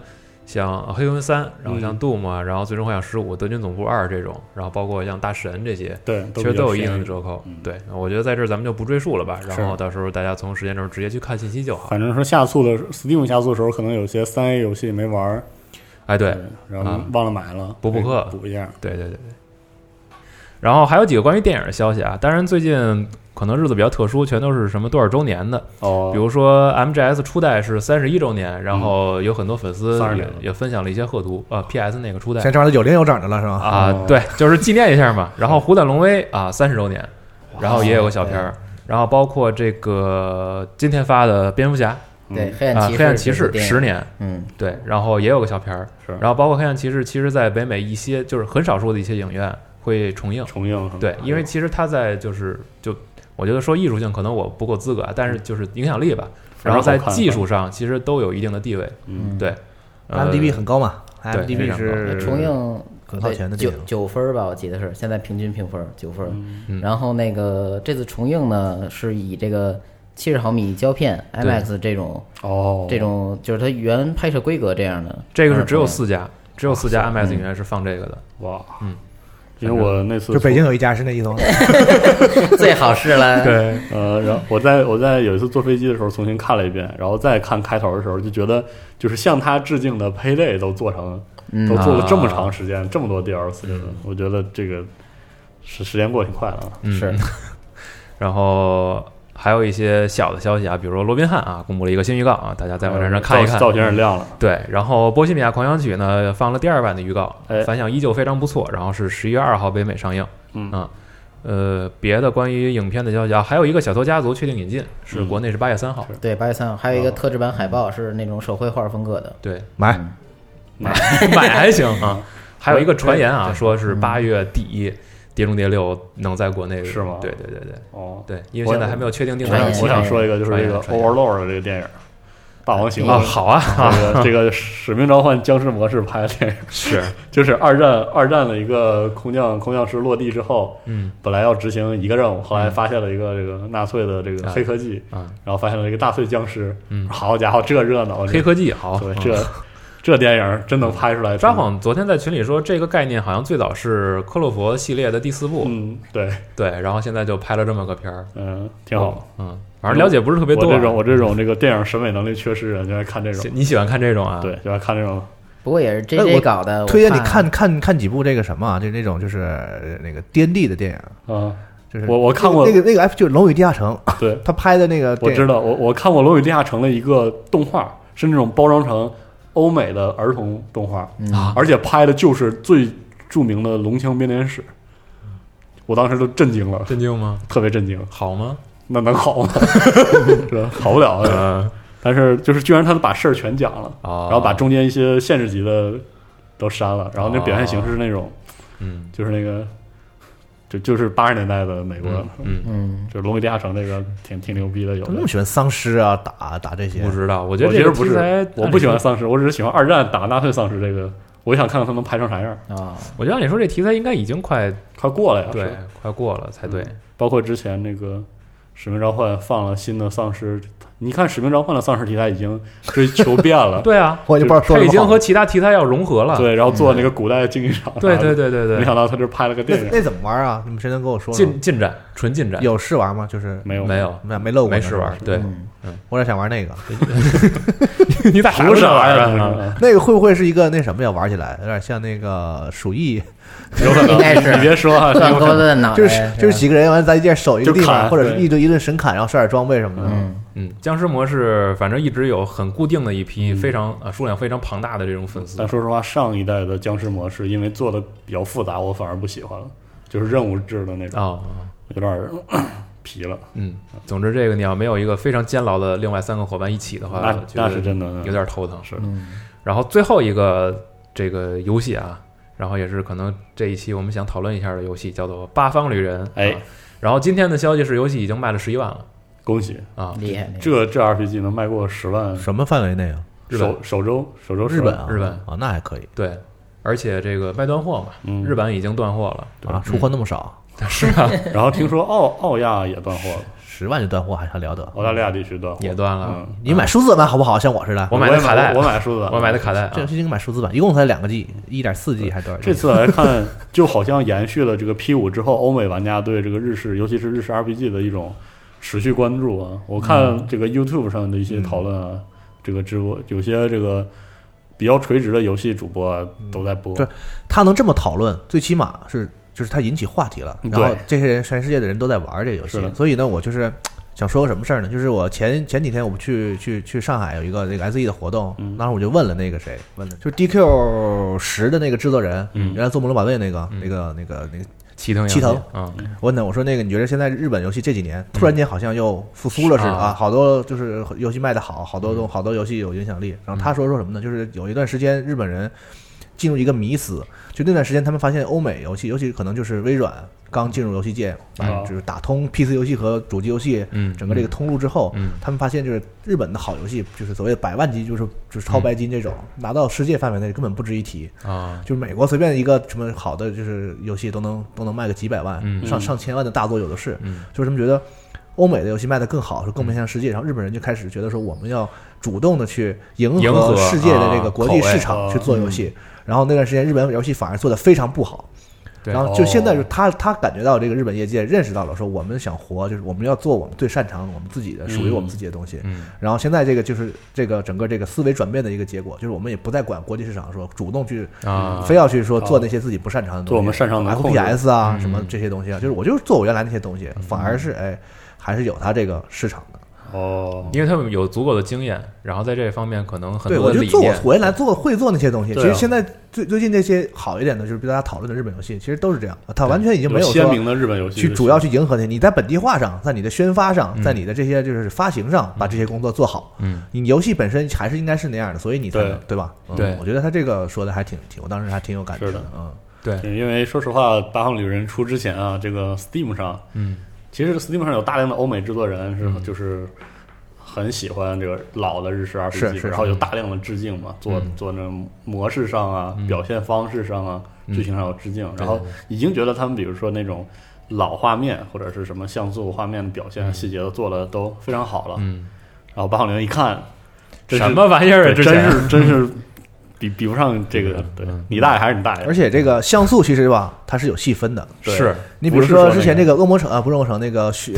像呃《黑魂三》，然后像《嗯 Doom》啊，然后《最终幻想十五》、《德军总部二》这种，然后包括像《大神》这些，对，其实都有一定思的。折扣。嗯对，我觉得在这儿咱们就不赘述了吧，是然后到时候大家从时间轴直接去看信息就好。反正说下促的 Steam 下促的时候，可能有些三 A 游戏没玩儿，哎，对，，然啊后忘了买了，补补可以课补一下。对对对对。然后还有几个关于电影的消息啊，当然最近可能日子比较特殊，全都是什么多少周年的，哦比如说 MGS 初代是三十一周年，然嗯后有很多粉丝32也了也分享了一些贺图，呃，PS 那个初代现在这玩意儿有零有整的了是吧？啊哦，对，就是纪念一下嘛。然后《虎胆龙威》啊，三十周年，然后也有个小片儿，然后包括这个今天发的《蝙蝠侠对，黑》暗啊，骑《士，黑暗骑士》十年，年，嗯，对，然后也有个小片儿，是然后包括《黑暗骑士》，其实在北美一些就是很少数的一些影院会重映，重映是吧对，因为其实它在就是就我觉得说艺术性可能我不够资格啊，但嗯是就是影响力吧，然后在技术上其实都有一定的地位，嗯对。呃 IMDB 很高嘛对非，IMDB 常高是重映很靠前的九电影九分儿吧，我记得是，现在平均评分儿九分儿。嗯然后那个这次重映呢，是以这个七十毫米胶片对 IMAX 这种哦这种，就是它原拍摄规格这样的。这个是嗯只有重映四家，只有四家啊哇 IMAX 嗯影院是放这个的。哇，嗯，因为我那次就北京有一家是那意 思吗？ 最好是了。 对，呃，然后我在我在有一次坐飞机的时候重新看了一遍，然后再看开头的时候就觉得，就是向他致敬的胚类都做成，都做了这么长时间，这么多 DLC，了我觉得这个时时间过得挺快的啊。嗯是，然后还有一些小的消息啊，比如说罗宾汉啊，公布了一个新预告啊，大家在网站上看一看。嗯造造型也亮了，对，然后《波西米亚狂想曲》呢放了第二版的预告哎，反响依旧非常不错。然后是十一月二号北美上映。嗯啊，呃，别的关于影片的消息啊，还有一个《小偷家族》确定引进，是嗯国内是八月三号。对，八月三号还有一个特制版海报是那种手绘画风格的，对，买嗯 买买还行啊。 还有一个传言对啊，对嗯说是八月底《碟中谍六》能在国内是吗对对对对哦。对，因为现在还没有确定定我档传想言期我想说一个，就是这个传言传 Overlord 的这个电影，《霸王行啊。动》好啊，这个这个《使命召唤：僵尸模式》拍的电影，是， 就是二战二战的一个空降空降师落地之后，嗯本来要执行一个任务，后来发现了一个这个纳粹的这个啊黑科技，啊，然后发现了一个纳粹僵尸，嗯好家伙，这热闹，这黑科技好，对嗯这这电影真能拍出来。抓，谎昨天在群里说，这个概念好像最早是克洛佛系列的第四部，嗯，对，对，然后现在就拍了这么个片儿，嗯，挺好。，嗯，反正了解不是特别我多啊。这种我这种这个电影审美能力缺失人就爱看这种，你喜欢看这种啊？，对，就爱看这种不过也是哎 J 我 J 搞呃的。我推荐你看看看几部这个什么啊，就那种就是呃那个 D N D 的电影，啊。就是我我我看过那，个那个 F 就是《龙与地下城》，对，他拍的那个我电影知道，我我看过《龙与地下城》的一个动画，是那种包装成欧美的儿童动画，啊而且拍的就是最著名的《龙枪编年史》，我当时都震惊了，震惊吗？特别震惊。好吗？那能好吗？ 是吧？好不了啊！嗯，但是就是，居然他把事儿全讲了，哦，然后把中间一些限制级的都删了，然后那表现形式是那种，嗯就是那个，就就是八十年代的美国，嗯嗯，嗯，就是《龙与地下城》这个挺挺牛逼的，有怎么那的么。喜欢丧尸啊，打打这些不？知道，我觉我得其这实个不题是材，，我不喜欢。丧尸，我只是喜欢二战打纳粹丧尸这个。我想看看他能拍成啥样，啊，我觉得按理说这题材应该已经快快过了呀！对啊是吧，快过了才对。包括之前那个《使命召唤》放了新的丧尸，你看《使命召唤》的丧尸题材已经追求变 了，对啊，我也不知道说它什已么经好和。其他题材要融合了。对，然后做那个古代竞技场，啊对对对对没对，想到他这拍了个那电影，那怎么玩啊？你们谁能跟我说说吗？进进展，纯进展，有试玩吗？就是没有没，有我？们俩没露过呢，没试玩是，吧对，嗯我有点想玩那个。 你咋图啥呀？啊那个会不会是一个那什么呀？玩起来有点像那个鼠疫，嗯有可能应该是你别说啊，断有钩可子能的脑袋， 就是就是几个人完在一地儿守一个地就砍方，或者是对一对一顿神砍，然后刷点装备什么的。嗯，嗯，僵尸模式反正一直有很固定的一批嗯非常呃数量非常庞大的这种粉丝但，说实话，上一代的僵尸模式因为做的比较复杂，我反而不喜欢了，就是任务制的那种，哦，有点儿 皮了。嗯，总之这个你要没有一个非常监牢的另外三个伙伴一起的话，那我觉那得是真的，有点头疼。是然后最后一个这个游戏啊，然后也是可能这一期我们想讨论一下的游戏叫做《八方旅人》。哎啊，然后今天的消息是游戏已经卖了十一万了恭喜，啊，嗯厉害，厉害这这 RPG 能卖过十万，什么范围内啊？日本首首周首周日10万本啊，日本啊，那还可以对，而且这个卖断货嘛，嗯日版已经断货了，啊，出货那么少，是啊，然后听说澳澳亚也断货了，十万就断货还还了得？澳大利亚地区断货也断了。嗯，你买数字版好不好？像我似的，我我买的也卡带我买数字， 我买的。卡带这啊游，戏应该买数字版，一共才两个 G，一点四 G 还是多少 G？这次来看，就好像延续了这个 P 五之后，欧美玩家对这个日式，尤其是日式 RPG 的一种持续关注啊。我嗯看这个 YouTube 上的一些讨论啊，这个直播有些这个比较垂直的游戏主播啊都在播，对他能这么讨论，最起码是就是他引起话题了，然嗯后对这些人全世界的人都在玩这个游戏是，的所以呢，我就是想说个什么事儿呢？就是我前前几天我们去去去上海有一个那个 SE 的活动，嗯当时我就问了那个谁，问的就是 DQ 十的那个制作人，嗯原来做《魔龙宝贝》那个、嗯那个那个那个，齐藤齐藤啊，嗯我问他我说那个你觉得现在日本游戏这几年突然间好像又复苏了似的啊啊，好多就是游戏卖的好，好多种好多游戏有影响力。然嗯后他说说什么呢？就是有一段时间日本人进入一个迷思，就那段时间他们发现欧美游戏，尤其可能就是微软刚进入游戏界，啊就是打通 PC 游戏和主机游戏嗯整个这个通路之后，嗯他们发现就是日本的好游戏，就是所谓的百万级，就是就嗯是超白金这种，拿到世界范围内根本不值一提。啊，就是美国随便一个什么好的就是游戏都能都能卖个几百万，嗯上上千万的大作有的是，嗯就是他们觉得欧美的游戏卖的更好，是更面向世界，然后日本人就开始觉得说我们要主动的去迎迎合合世界的这啊嗯个国际口味市场去做游戏，然后那段时间日本游戏反而做的非常不好。对然后就现在就哦他他感觉到这个日本业界认识到了，说我们想活，就是我们要做我们最擅长的、我们自己的、属于我们自己的东西。嗯然后现在这个就是这个整个这个思维转变的一个结果，就是我们也不再管国际市场，说主动去啊，非要去说做那些自己不擅长的东西，做我们擅长的控制 FPS 啊嗯什么这些东西啊，就是我就做我原来那些东西，反而是哎，还是有它这个市场的。哦，因为他们有足够的经验，然后在这方面可能很对，多我的就理做我念。我原来做会做那些东西，其对啊实现在最最近这些好一点的，就是被大家讨论的日本游戏，其实都是这样，啊它完全已经没有有鲜说明的日本游戏去主要去迎合你，你在本地化上，在你的宣发上嗯，在你的这些就是发行上，把这些工作做好。嗯，你游戏本身还是应该是那样的，所以你才对能对吧？嗯对我觉得他这个说的还挺挺，我当时还挺有感觉是的嗯，对，对因为说实话，《八方旅人》出之前啊，这个 Steam 上嗯，其实 Steam 上有大量的欧美制作人是、嗯就是很喜欢这个老的日式 RPG，是是然后有大量的致敬嘛，做、嗯做那种模式上啊、嗯表现方式上啊、嗯剧情上有致敬，然后对已经觉得他们比如说那种老画面或者是什么像素画面的表现、细节都做的都非常好了，嗯，然后八号零一看，真是什么玩意儿啊？对之真前是真是比比不上这个，对嗯你大爷还是你大爷，而且这个像素其实吧，它是有细分的。对是你比不如是说之前那这个恶魔城啊，不是恶魔城，那 个血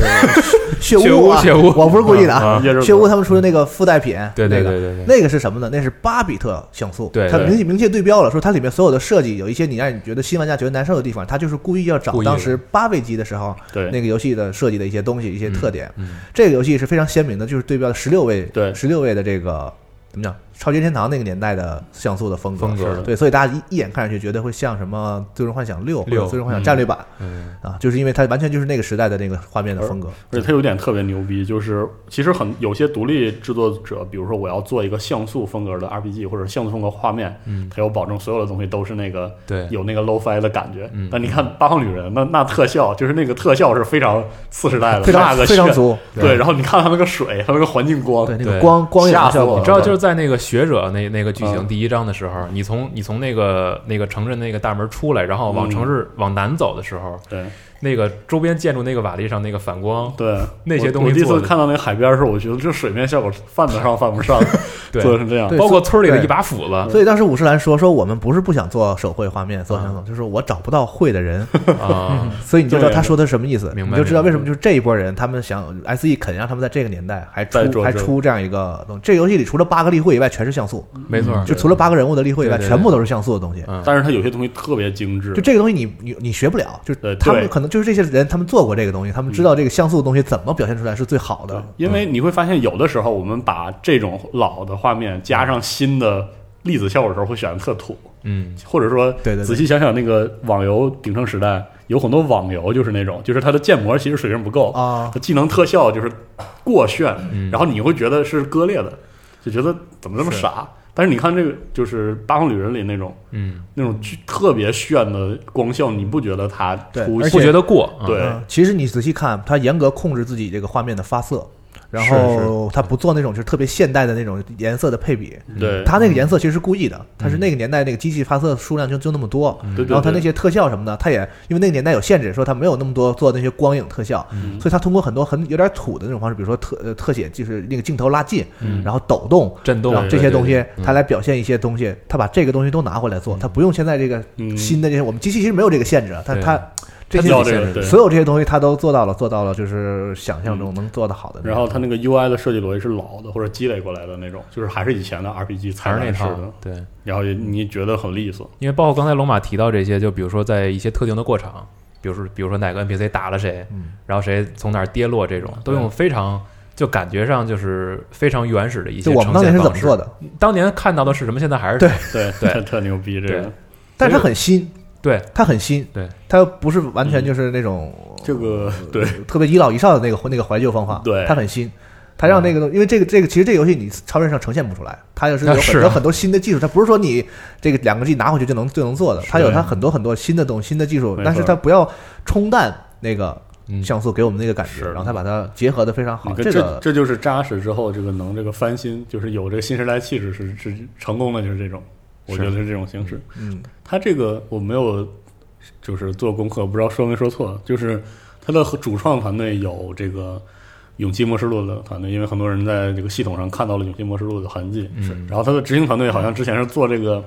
血血污啊，血污我不是故意的啊啊也是，血污他们出的那个附带品，对对那个对对对那个是什么呢？那是八比特像素，对它对明明确对标了，说它里面所有的设计有一些你让你觉得新玩家觉得难受的地方，它就是故意要故找意的当时八位机的时候对那个游戏的设计的一些东西、一些特点。嗯这个游戏是非常鲜明的，就是对标十六位，对十六位的这个怎么讲？超级任天堂那个年代的像素的风格，风格是的对，所以大家一一眼看上去觉得会像什么《最终幻想六》或者六《最终幻想战略版嗯》啊，就是因为它完全就是那个时代的那个画面的风格。而且它有点特别牛逼，就是其实很有些独立制作者，比如说我要做一个像素风格的 RPG 或者像素风格画面，嗯，它要保证所有的东西都是那个对，有那个 low-fi 的感觉。嗯但你看《八方旅人》，那那特效就是那个特效是非常次时代的，非那常个非常炫足，对，然后你看它那个水，它那个环境光，对那个对光光影吓的死效我果你了知道，就是在那个学者那那个剧情嗯第一章的时候，你从你从那个那个城镇那个大门出来，然后往嗯城市往南走的时候，对那个周边建筑那个瓦砾上那个反光，对，那些我东西我第一做次得看到那个海边的时候，我觉得这水面效果犯得上犯不上，对做的成这样对。包括村里的对一把斧子所以当时武士兰说说我们不是不想做手绘画面，做像素，就是我找不到会的人，啊， 所以你就知道他说的是什么意思，明白你就知道为什么就是这一波人，他们想 S E 肯让他们在这个年代还再出做还这个出这样一个东西。这个游戏里除了八个例会以外，全是像素，没错，就除了八个人物的例会以外，嗯对对对全部都是像素的东西。嗯，但是它有些东西特别精致就，这个东西你，你你学不了，就对是他们对可能就是这些人，他们做过这个东西，他们知嗯道这个像素的东西怎么表现出来是最好的。嗯因为你会发现，有的时候我们把这种老的画面加上新的粒子效果的时候，会显得特土，嗯，或者说，对对对仔细想想那个网游鼎盛时代，有很多网游就是那种，就是它的建模其实水平不够，啊，它技能特效就是过炫，嗯然后你会觉得是割裂的，就觉得怎么这么是傻。但是你看这个，就是《八方旅人》里那种嗯，那种巨特别炫的光效，你不觉得它对出而不且觉得过，啊对嗯其实你仔细看，他严格控制自己这个画面的发色，然后他不做那种就是特别现代的那种颜色的配比。对嗯他那个颜色其实是故意的，他是那个年代那个机器发色数量就就那么多，对对然后他对那些特效什么的，他也因为那个年代有限制，说他没有那么多做那些光影特效，嗯所以他通过很多很有点土的那种方式，比如说特呃特写，就是那个镜头拉近，嗯然后抖动。震动然啊后这些东西，他来来表现一些东西，他把这个东西都拿回来做，他不用现在这个嗯新的这些，我们机器其实没有这个限制，啊他对他这些要这个对。所有这些东西他都做到了，做到了就是想象嗯中能做得好的那种。然后它那个 UI 的设计逻辑是老的或者积累过来的那种，就是还是以前的 RPG 才还是嗯那套的，，对。然后你觉得很利索，因为包括刚才龙马提到这些，就比如说在一些特定的过场，比如说比如说哪个 NPC 打了谁，嗯然后谁从哪儿跌落这种，都用非常就感觉上就是非常原始的一些就我们当呈现年是怎方么式做？的，当年看到的是什么，现在还是对对对 特特牛逼这对个。但是它很新，对它很新，对，嗯它不是完全就是那种这哦个对特别一老一少的那个那个怀旧方法，对嗯它很新。它让那个东，因为这个这个其实这个游戏你超人上呈现不出来，它就是那有是很啊有很多新的技术，它不是说你这个两个 G 拿回去就能就能做的，它有它很多很多新的东新的技术没，错但是它不要冲淡那个嗯像素给我们那个感觉，是然后它把它结合的非常好你。看这这个这就是扎实之后，这个能这个翻新，就是有这个新时代气质是是成功的，就是这种，我是觉得是这种形式。嗯，它这个我没有就是做功课，不知道说没说错，就是它的主创团队有这个《勇气末世录》的团队，因为很多人在这个系统上看到了《勇气末世录》的痕迹。嗯是然后他的执行团队好像之前是做这个《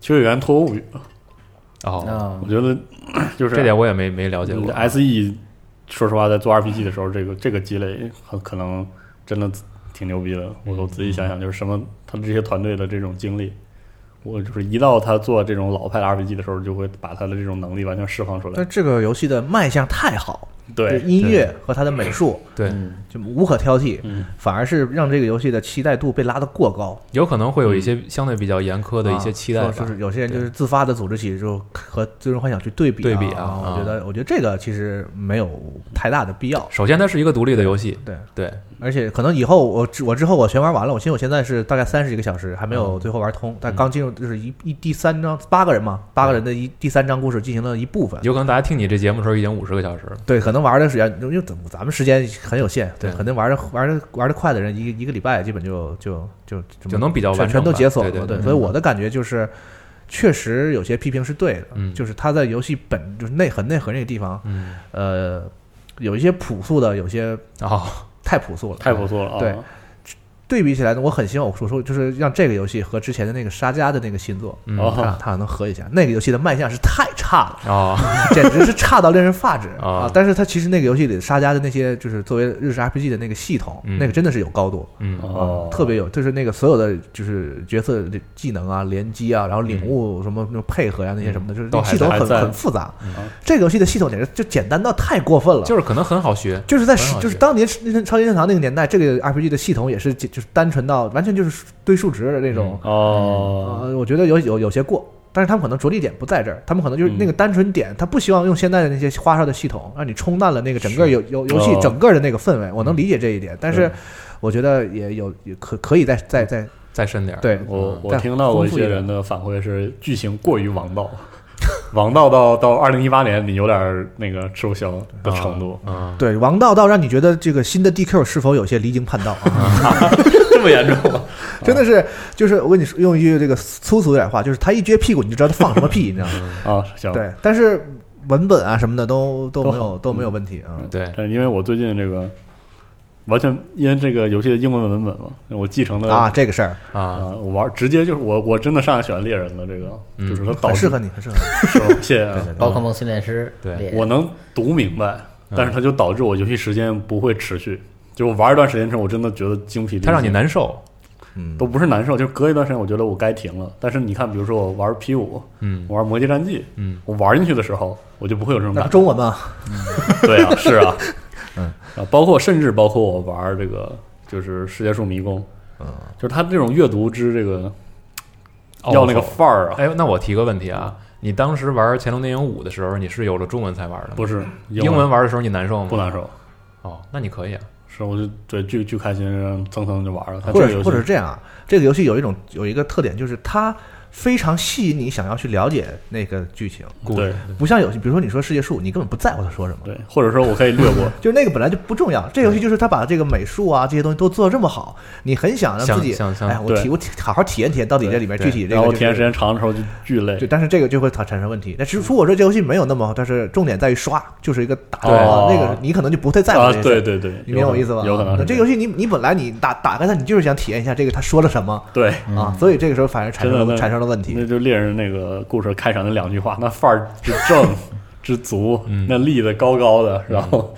秋叶原脱欧物语》，哦，啊我，觉得 就是这点我也没没了解过。 S E，说实话，在做 R P G 的时候，这个这个积累很可能真的挺牛逼的。我都仔细想想，就是什么他们这些团队的这种经历，我就是一到他做这种老派的 R P G 的时候，就会把他的这种能力完全释放出来但。这个游戏的卖相太好，就对，是音乐和它的美术对，嗯，就无可挑剔，嗯，反而是让这个游戏的期待度被拉得过高。有可能会有一些相对比较严苛的一些期待啊吧说就是有些人就是自发的组织起就和《最终幻想》去对比对比啊啊，啊我觉得我觉得这个其实没有太大的必要。首先，它是一个独立的游戏，对，对，而且可能以后我之我之后我全玩完了，我其实我现在是大概三十一个小时，还没有嗯最后玩通，但刚进入就是一一第三章八个人嘛，八个人的一第三章故事进行了一部分。有可能大家听你这节目的时候已经五十个小时了，对，可能玩的时间，因为咱咱们时间很有限，对，对可能玩的玩的玩的快的人，一个一个礼拜基本就就就就能比较全完全整吧都解锁了。对对所以我的感觉就是，确实有些批评是对的，嗯就是他在游戏本就是内核内核那个地方，嗯，呃，有一些朴素的，有些哦，太朴素了，太朴素了啊。对对比起来呢，我很希望我说说，就是让这个游戏和之前的那个沙加的那个新作，嗯哦它它能合一下。那个游戏的卖相是太差了，哦，简直是差到令人发指啊啊！但是它其实那个游戏里沙加的那些，就是作为日式 RPG 的那个系统，嗯那个真的是有高度嗯，哦啊，特别有，就是那个所有的就是角色的技能啊、联机啊，然后领悟什么那种配合呀、那些什么的，就是嗯都那个还系统还很在很复杂嗯。这个游戏的系统简直就简单到太过分了，就是可能很好学，就是在很好是就是学当年任超级任天堂那个年代，这个 RPG 的系统也是就就是单纯到完全就是堆数值的那嗯种。哦，呃，我觉得有有有些过，但是他们可能着力点不在这儿，他们可能就是嗯那个单纯点，他不希望用现在的那些花哨的系统让你冲淡了那个整个是游游游戏哦嗯整个的那个氛围。我能理解这一点，但是我觉得也有也可可以再再再再深点儿，对我我嗯但听到过一丰富一些点人的反馈是剧情过于王道， 王道到到二零一八年你有点儿那个吃不消的程啊 度，嗯，对王道到让你觉得这个新的 DQ 是否有些离经叛道啊？ 这么严重吗？真的是，就是我跟你说，用一句这个粗俗一点话，就是他一撅屁股，你就知道他放什么屁，你知道吗？啊，行，对，但是文本啊什么的都都没有都没有问题啊。对，但是因为我最近这个完全因为这个游戏的英文文本嘛，我继承了啊，这个事儿啊，啊我玩直接就是我我真的上来选猎人了，这个、嗯就是它导很致适合你，很适合是吧 谢谢、啊对对对，宝可梦训练师，对嗯猎人我能读明白，但是它就导致我游戏时间不会持续，就我玩一段时间之后，我真的觉得精疲力尽，它让你难受，你。都不是难受，就是隔一段时间我觉得我该停了。但是你看，比如说我玩 P 五，嗯我玩魔界战记，嗯，我玩进去的时候，我就不会有这种那感觉。中文嘛， 对啊，是 啊，嗯啊，包括甚至包括我玩这个就是世界树迷宫，嗯，就是它这种阅读之这个哦要那个范儿啊，哎，那我提个问题啊，你当时玩《乾隆电影五》的时候，你是有了中文才玩的吗？不是英文玩的时候你难受吗？不难受，哦，那你可以啊，是我就对巨巨开心，让蹭蹭就玩了。它或这个者游戏或者是这样啊，这个游戏有一种有一个特点，就是它非常吸引你想要去了解那个剧情，故对事不像有些，比如说你说世界树，你根本不在乎他说什么，对，或者说我可以略过就是那个本来就不重要。这游戏就是他把这个美术啊这些东西都做得这么好，你很想让自己想想想哎，我体我体好好体验体验到底这里面具体这然个后就体验时是。间长的时候就巨累对，。但是这个就会产产生问题。嗯但是如果说这游戏没有那么，但是重点在于刷，就是一个打对啊那个你可能就不太在乎啊这，些事对对对，你明白我意思吧？有可能那是这游戏你你本来你打打开它，你就是想体验一下这个他说了什么对，啊，所以这个时候反而产嗯真的生那了产生了问那题。就猎人那个故事开场那两句话，那 范儿之正之足，嗯那立的高高的，然嗯后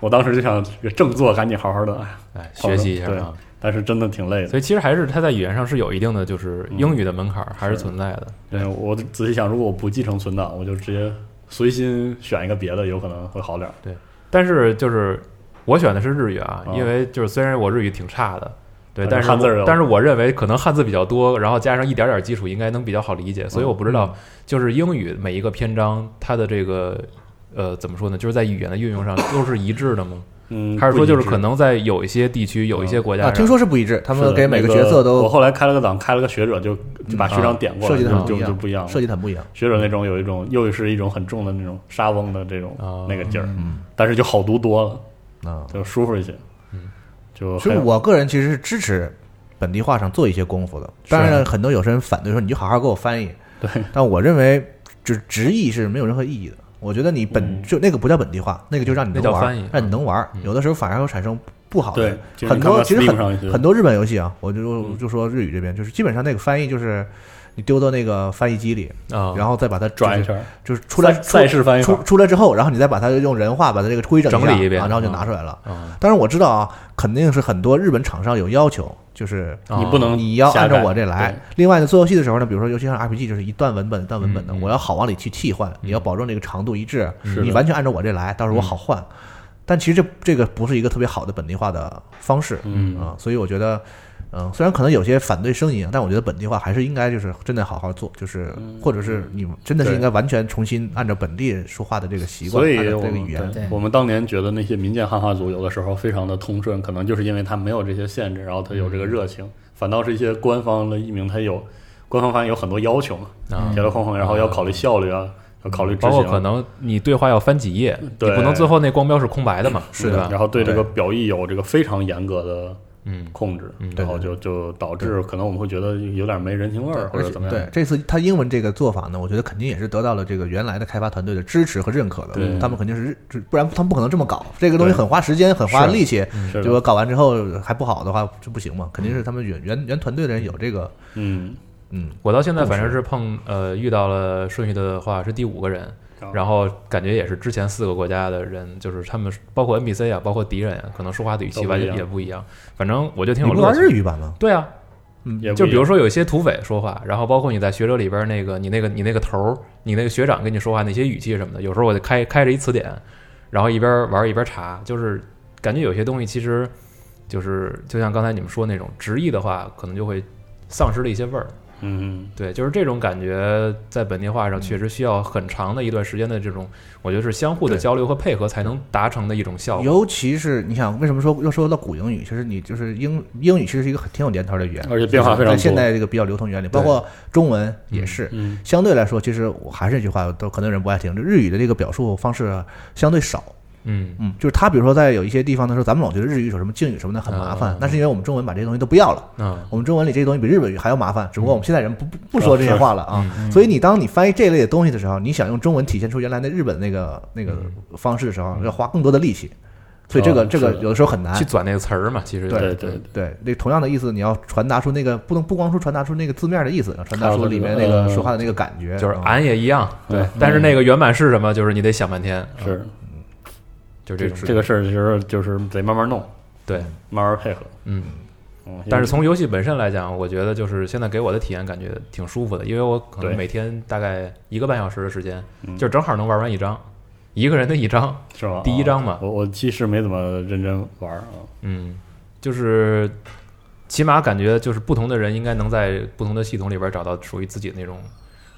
我当时就想这个正坐，赶紧好好的，哎哎，好好学习一下对啊。但是真的挺累的。所以其实还是它在语言上是有一定的就是嗯英语的门槛儿还是存在的。对，哎我仔细想，如果我不继承存档，我就直接随心选一个别的，有可能会好点儿。但是就是我选的是日语啊，哦因为就是虽然我日语挺差的，对，反正但是汉字儿有但是我认为可能汉字比较多，然后加上一点点基础，应该能比较好理解。所以我不知嗯道，就是英语每一个篇章它的这个呃怎么说呢，就是在语言的运用上都是一致的吗？嗯，还是说不一就致嗯是可能在有一些地区、有一些国家啊，上，听说是不一致，他是们的给每那个个角色我都嗯后来开了个档，开了个学者，就就把学长啊点过设来，计的就很就不一就样，不一样了。设计的很不一样。学者那种有一种又是一种很重的那种沙翁的这种哦那个劲儿，嗯但是就好读多了，啊，就舒服一些。就所很以有我个人其实是支持本地化上做一些功夫的。当然，很多有些人反对说你就好好给我翻译，对但我认为就是直译是没有任何意义的。我觉得你本嗯就那个不叫本地化，那个就让你那能叫玩翻译，让你能玩嗯，有的时候反而会产生不好的对，就是很你看多看其实 Steam 上一些很很多日本游戏啊，我就嗯就说日语这边，就是基本上那个翻译就是你丢到那个翻译机里，嗯啊，然后再把它转一就是圈儿，就是出来赛赛事翻译出法出来之后，然后你再把它用人话把它这个规整整理一下遍啊然后就嗯拿出来了。啊当然我知道啊，肯定是很多日本厂商有要求，就是啊你不能你要按照我这瞎来改。另外呢，做游戏的时候呢，比如说尤其像 RPG，就是一段文本一段文本的，嗯嗯我要好往里去替换，你要保证这个长度一致，嗯是的嗯你完全按照我这来，到时候我好换。但其实这这个不是一个特别好的本地化的方式，嗯啊，所以我觉得，嗯、虽然可能有些反对声音啊，但我觉得本地化还是应该就是真的好好做，就是、或者是你真的嗯是对应该完全重新按照本地说话的这个习惯，所以按照我这个们语言，对对我们当年觉得那些民间汉化组有的时候非常的通顺，可能就是因为他没有这些限制，然后他有这个热情，反倒是一些官方的译名，他有官方翻译有很多要求嘛，啊条条框框，然后要嗯考虑效率啊，要考虑执包括行，可能你对话要翻几页，你对不能最后那光标是空白的嘛，是对的吧？嗯然后对这个表意有这个非常严格的嗯控制，嗯然后就就导致可能我们会觉得有点没人情味儿或者而且怎么样，对这次他英文这个做法呢，我觉得肯定也是得到了这个原来的开发团队的支持和认可的。对他们肯定是就不然他们不可能这么搞，这个东西对很花时间，很花是力气。是结果的，搞完之后还不好的话，就不行嘛。肯定是他们原原原团队的人有这个，嗯，嗯，我到现在反正是碰呃遇到了顺序的话是第五个人，然后感觉也是之前四个国家的人，就是他们包括 NPC 啊，包括敌人啊，可能说话的语气都不完一全样也不一样。反正我就挺你有不乐玩趣日语版吗？对啊，也就不一比如样说有一些土匪说话，然后包括你在学者里边那个你那个你那个头儿，你那个学长跟你说话那些语气什么的，有时候我就开开着一词典，然后一边玩一边查，就是感觉有些东西其实就是就像刚才你们说那种直译的话，可能就会丧失了一些味儿。嗯，对，就是这种感觉，在本地化上确实需要很长的一段时间的这种，我觉得是相互的对交流和配合才能达成的一种效果。尤其是你想，为什么说又说到古英语？其实你就是英英语，其实是一个很挺有年头的语言，嗯而且变化非常在多现在这个比较流通语言里，包括中文也是。嗯相对来说，其实我还是那句话，都可能有人不爱听，就日语的这个表述方式啊相对少。嗯，嗯，就是他比如说在有一些地方的时候，咱们老觉得日语有什么敬语什么的很麻烦嗯，那是因为我们中文把这些东西都不要了。啊，我们中文里这些东西比日本语还要麻烦，只不过我们现在人不不不说这 些话了啊。嗯所以你当你翻译这类的东西的时候，你想用中文体现出原来的日本那个那个方式的时嗯候，要花更多的力气。所以这个、哦这个是的有的时候很难去。转那个词儿嘛，其实对对，对，那同样的意思，你要传达出那个不能不光说传达出那个字面的意思，传达还有出这里个面那个呃说话的那个感觉。就是嗯俺也一样，对嗯但是那个原版是什么，就是你得想半天，是嗯就这这种这个事儿，其实就是得慢慢弄，对，慢慢配合，嗯。嗯，但是从游戏本身来讲，我觉得就是现在给我的体验感觉挺舒服的，因为我可能对每天大概一个半小时的时间，嗯就正好能玩完一张，一个人的一张，是吧？第一章嘛啊我我其实没怎么认真玩儿啊，嗯，就是起码感觉就是不同的人应该能在不同的系统里边找到属于自己的那种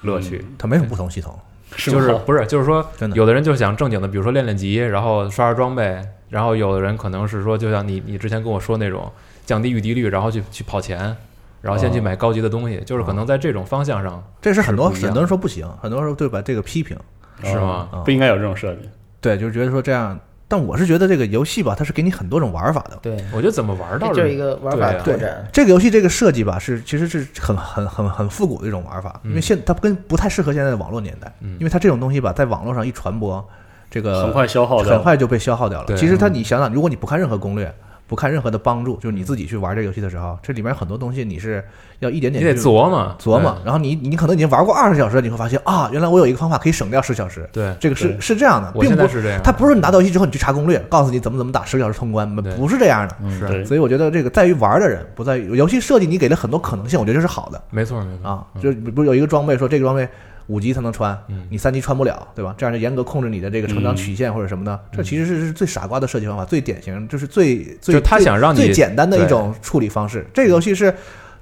乐趣。它没有不同系统，就吗啊是不是就是说嗯真，的有的人就想正经的，比如说练练级，然后刷刷装备，然后有的人可能是说，就像你你之前跟我说那种降低遇敌率，然后去去跑钱，然后先哦去买高级的东西，就是可能在这种方向上，这是很多是不一样很多人说不行，很多人说对吧？这个批评，是吗啊不应该有这种设计，对，就是觉得说这样。但我是觉得这个游戏吧，它是给你很多种玩法的。对，我觉得怎么玩到哎这就是一个玩法对啊拓展，这个游戏这个设计吧，是其实是很很很很复古的一种玩嗯法，因为现它跟不太适合现在的网络年代，因为它这种东西吧，在网络上一传播，这呃个很快消耗掉，很快就被消耗掉对嗯了。其实它你想想，如果你不看任何攻略，不看任何的帮助，就是你自己去玩这个游戏的时候，这里面很多东西你是要一点你得点去琢磨琢磨，，然后你你可能已经玩过二十小时了，你会发现啊，原来我有一个方法可以省掉十小时。对，这个是对是这样的，我并现在不是这样它不是你拿到游戏之后你去查攻略，告诉你怎么怎么打十个小时通关，嗯对嗯不是这样的。对是对所以我觉得这个在于玩的人，不在于游戏设计，你给了很多可能性，我觉得这是好的没错没错啊。嗯就不是有一个装备说这个装备五级才能穿嗯，你三级穿不了，对吧？这样就严格控制你的这个成长嗯曲线或者什么的，这其实是是最傻瓜的设计方法，最典型，就是最就最他最想让你最简单的一种处理方式。这个游戏是。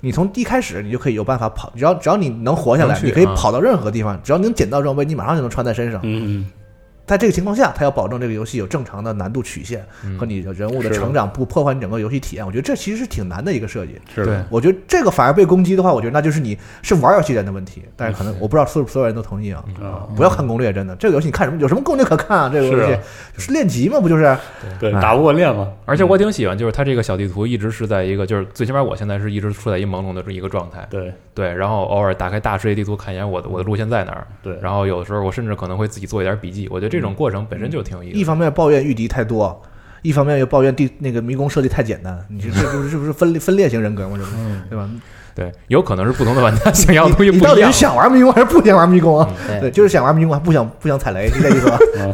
你从一开始你就可以有办法跑，只要只要你能活下能来，去你可以啊跑到任何地方，只要你能捡到装备，你马上就能穿在身上。嗯嗯，在这个情况下，他要保证这个游戏有正常的难度曲线嗯和你人物的是的成长，不破坏你整个游戏体验。我觉得这其实是挺难的一个设计。是的，我觉得这个反而被攻击的话，我觉得那就是你是玩游戏人的问题。但是可能我不知道是不是所有人都同意嗯啊。啊，不要看攻略，真的，这个游戏你看什么？有什么攻略可看啊？这个是游戏啊就是练级嘛，不就是？对，打不过练嘛，而且嗯我挺喜欢，就是它这个小地图一直是在一个，就是最起码我现在是一直处在一朦胧的一个状态，对对，然后偶尔打开大视野地图看一眼我的我的路线在哪儿，对，然后有时候我甚至可能会自己做一点笔记，我觉得这种过程本身就挺有意嗯一思的。方面抱怨御敌太多，一方面又抱怨地那个迷宫设计太简单。你这这不是是不是分裂分裂型人格吗？这不是对吧？对，有可能是不同的玩家 想嗯要的东西你你不到一底样嗯是。想玩迷宫还是不想玩迷宫啊？对对，就是想玩迷宫，还不想不想踩雷，是这意思吧？啊，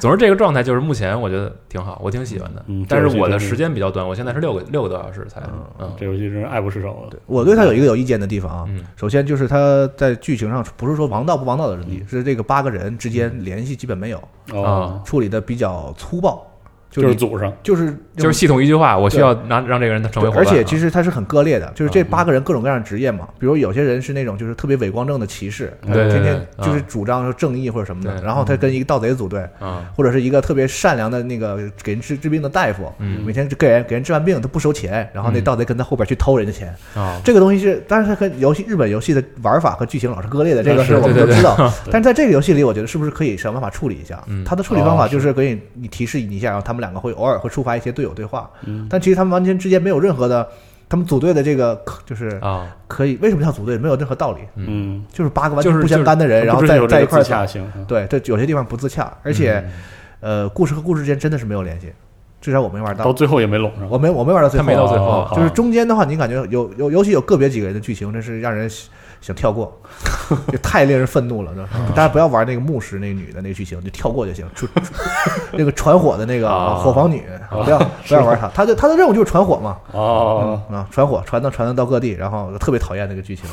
总之这个状态就是目前我觉得挺好，我挺喜欢的。嗯但这游戏是我的真是时间比较短，我现在是六个六个多小时才，嗯这游戏真是爱不释手了。我对他有一个有意见的地方啊，嗯首先就是他在剧情上不是说王道不王道的问嗯题，是这个八个人之间联系基本没有，哦，处理的比较粗暴，啊就就是是组上，就是就是系统一句话，我需要让让这个人成为伙伴而啊。且其实它是很割裂的，就是这嗯八个人各种各样的职业嘛，比如有些人是那种就是特别伪光正的骑士，他嗯对对天对啊天就是主张说正义或者什么的，对然后他跟一个盗贼组队，啊，或者是一个特别善良的那个给人治治病的大夫，嗯每天给人给人治完病他不收钱，然后那嗯盗贼跟他后边去偷人家钱，啊，这个东西是，但是它跟游戏日本游戏的玩法和剧情老是割裂的，这个是是我们啊对都对知道 对。但是在这个游戏里，我觉得是不是可以想办法处理一下嗯？它的处理方法就是可以你提示你一下，然后他们两个会偶尔会触发一些队友对话，嗯但其实他们完全之间没有任何的，他们组队的这个可就是啊，可以为什么叫组队？没有任何道理，嗯，就是八个完就全是不相干的人，然后不在追求这在个一块儿自洽打，性，嗯对，这有些地方不自洽，嗯而且呃，故事和故事之间真的是没有联系，至少我没玩到到，最后也没拢上。我没我没玩到最他后没啊到最后哦，就是中间的话，你感觉有有，尤其有个别几个人的剧情，真是让人想想 跳过，就太令人愤怒了。是吧啊大家不要玩那个牧师那个女的那个剧情，就跳过就行。出 出那个传火的那个啊火房女，不要不要玩她。她的她的任务就是传火嘛，哦，嗯啊，传火传到传到各地，然后特别讨厌那个剧情，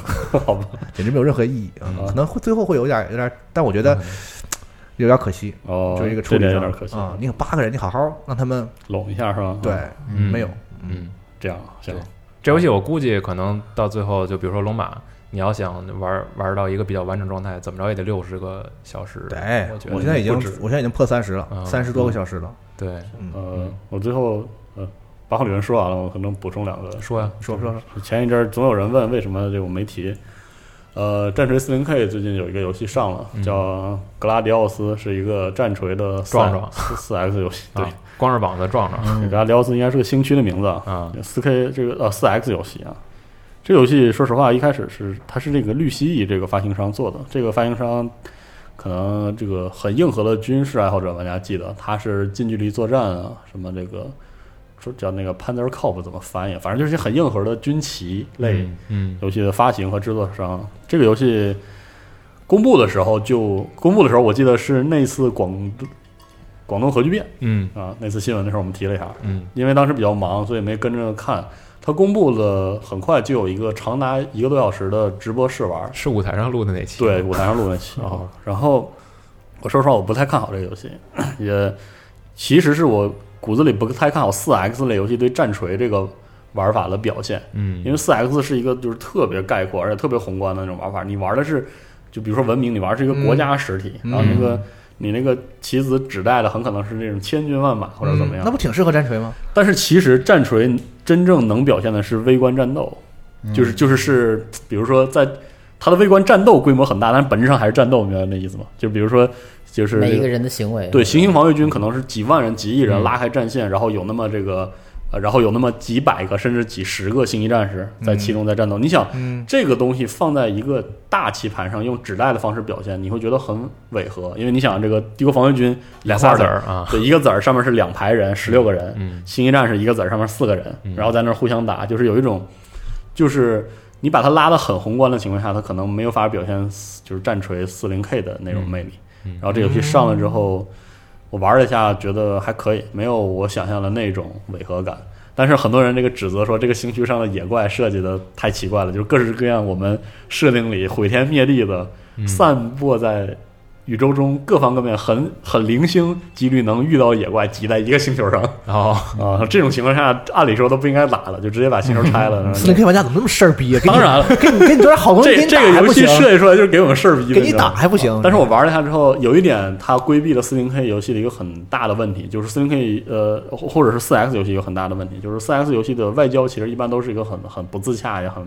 好吧，简直没有任何意义啊。嗯可能会最后会有点有点，但我觉得有点可惜，哦，就是一个处这理点有上点可惜，啊。你有八个人，你好好让他们拢一下是吧？对嗯，嗯没有。嗯，这样行，这游戏我估计可能到最后，就比如说龙马，你要想玩玩到一个比较完整状态，怎么着也得六十个小时。对我觉，哎我得现在已经不止啊嗯我现在已经破三十嗯了，三十多个小时了。对，嗯呃，我最后呃把我理论说完了，我可能补充两个。说呀，说嗯说说，前一阵儿总有人问为什么这个我没提，呃，战锤四零 K 最近有一个游戏上了，嗯叫《格拉迪奥斯》，是一个战锤的四撞撞四 X 游戏。对，啊，光着膀子撞撞格拉迪奥斯应该是个星区的名字啊。啊，四 K 这个呃四 X 游戏啊，这个游戏说实话一开始是它是这个绿蜥蜴这个发行商做的，这个发行商可能这个很硬核的军事爱好者玩家记得，它是近距离作战啊，什么这个说叫那个 Panzer Corp 怎么翻译，反正就是一些很硬核的军旗类嗯嗯游戏的发行和制作商。这个游戏公布的时候就公布的时候，我记得是那次广广东核聚变嗯啊那次新闻的时候我们提了一下，嗯因为当时比较忙，所以没跟着看。他公布了，很快就有一个长达一个多小时的直播试玩，是舞台上录的那期，对，舞台上录那期啊哦。 然后我说实话，我不太看好这个游戏，也其实是我骨子里不太看好四 X 类游戏对战锤这个玩法的表现，嗯，因为四 X 是一个就是特别概括而且特别宏观的那种玩法，你玩的是就比如说文明，你玩的是一个国嗯家实体，然后那个。你那个棋子指代的很可能是那种千军万马或者怎么样，嗯那不挺适合战锤吗？但是其实战锤真正能表现的是微观战斗，嗯就是就是是，比如说在它的微观战斗规模很大，但是本质上还是战斗，明白那意思吗？就比如说就是每一个这个人的行为，对行星防卫军可能是几万人、几亿人嗯拉开战线，然后有那么这个。呃，然后有那么几百个甚至几十个星际战士在其中在战斗。你想，嗯这个东西放在一个大棋盘上，用指代的方式表现，你会觉得很违和。因为你想，这个帝国防卫军俩画仨子儿啊，对，一个子儿上面是两排人，十六个人，嗯星际战士一个子儿上面四个人，嗯然后在那儿互相打，就是有一种，就是你把它拉得很宏观的情况下，它可能没有法表现就是战锤四零 K 的那种魅力。嗯嗯然后这游戏上了之后，我玩了一下，觉得还可以，没有我想象的那种违和感。但是很多人这个指责说，这个星区上的野怪设计的太奇怪了，就是各式各样我们设定里毁天灭地的，散播在宇宙中各方各面很很零星几率能遇到野怪集在一个星球上然后啊，这种情况下按理说都不应该打了，就直接把星球拆了。然后四零 K 玩家怎么那么事儿逼啊？嗯给你 当然了，给你给你多点好东西，给这你这打个还不游戏行，设计出来就是给我们事儿逼的，给你你知道打吗还不行。但是我玩了一下之后，有一点它规避了四零 K 游戏的一个很大的问题，就是四零 K 呃，或或者是四 X 游戏有很大的问题，就是四 X 游戏的外交其实一般都是一个很很不自洽也很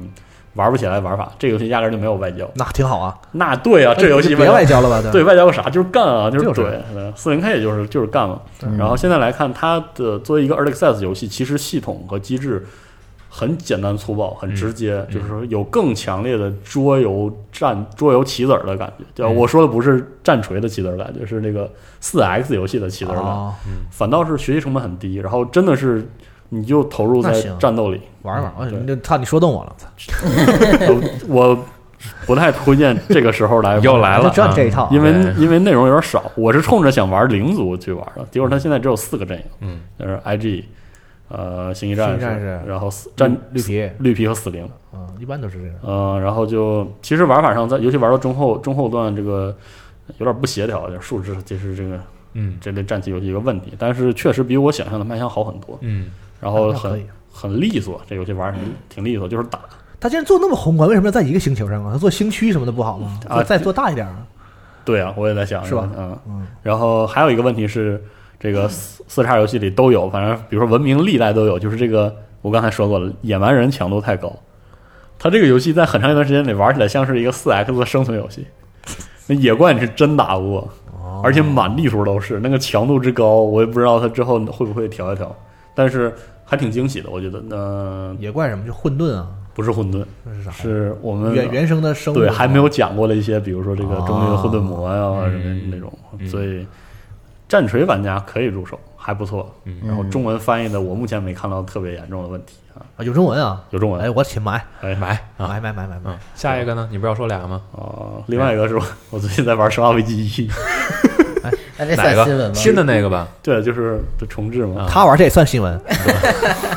玩不起来的玩法。这个游戏压根儿就没有外交。那挺好啊，那对啊，这游戏别外交了吧？对，外交个啥？就是干啊，就是就是怼。四零 K 也就是就是干嘛。然后现在来看，它的作为一个 early access 游戏，其实系统和机制很简单粗暴，很直接，就是说有更强烈的桌游战桌游棋子儿的感觉。就嗯我说的不是战锤的棋子儿感觉，是那个四 X 游戏的棋子儿感觉，哦，反倒是学习成本很低，然后真的是你就投入在那行战斗里。玩玩，哎嗯对你这操，你说动我了，操我不太推荐这个时候来嗯玩又来了，啊就这这一套因为对因为内容有点少，我是冲着想玩灵族去玩的，结果他现在只有四个阵营，嗯，就是 IG，呃，星际战士，星际战士然后死战绿皮，绿皮和死灵，嗯，一般都是这样。嗯、然后就其实玩法上在，尤其玩到中后中后段这个有点不协调，就是数值其实这个嗯这类战棋游戏一个问题，但是确实比我想象的卖相好很多，嗯，然后那可以啊很很利索，这游戏玩儿挺挺利索，就是打他既然做那么宏观，为什么要在一个星球上啊？他做星区什么的不好吗？啊再做大一点啊！对啊，我也在想是吧嗯嗯，然后还有一个问题是，这个四 四叉游戏里都有，反正比如说文明历代都有，就是这个我刚才说过了，野蛮人强度太高，它这个游戏在很长一段时间里玩起来像是一个四 X 的生存游 戏，那野怪你是真打不过，哦而且满地图都是，那个强度之高，我也不知道它之后会不会调一调，但是还挺惊喜的，我觉得，嗯、野怪什么就混沌啊，不是混沌，那是啥呀？是我们原原生的生物啊对，还没有讲过的一些，比如说这个中立的混沌魔呀、哦啊什么那种，嗯所以战锤玩家可以入手，还不错。嗯然后中文翻译的，我目前没看到特别严重的问题啊，啊有中文啊！有中文。哎，我请买哎买 啊，买买买买买嗯！，下一个呢？你不是要说俩吗？哦，另外一个是我我最近在玩《生化危机一》， 那哎这哪算新闻个？吗？新的那个 吧，对，就是这重置嘛，啊他玩这也算新闻，哎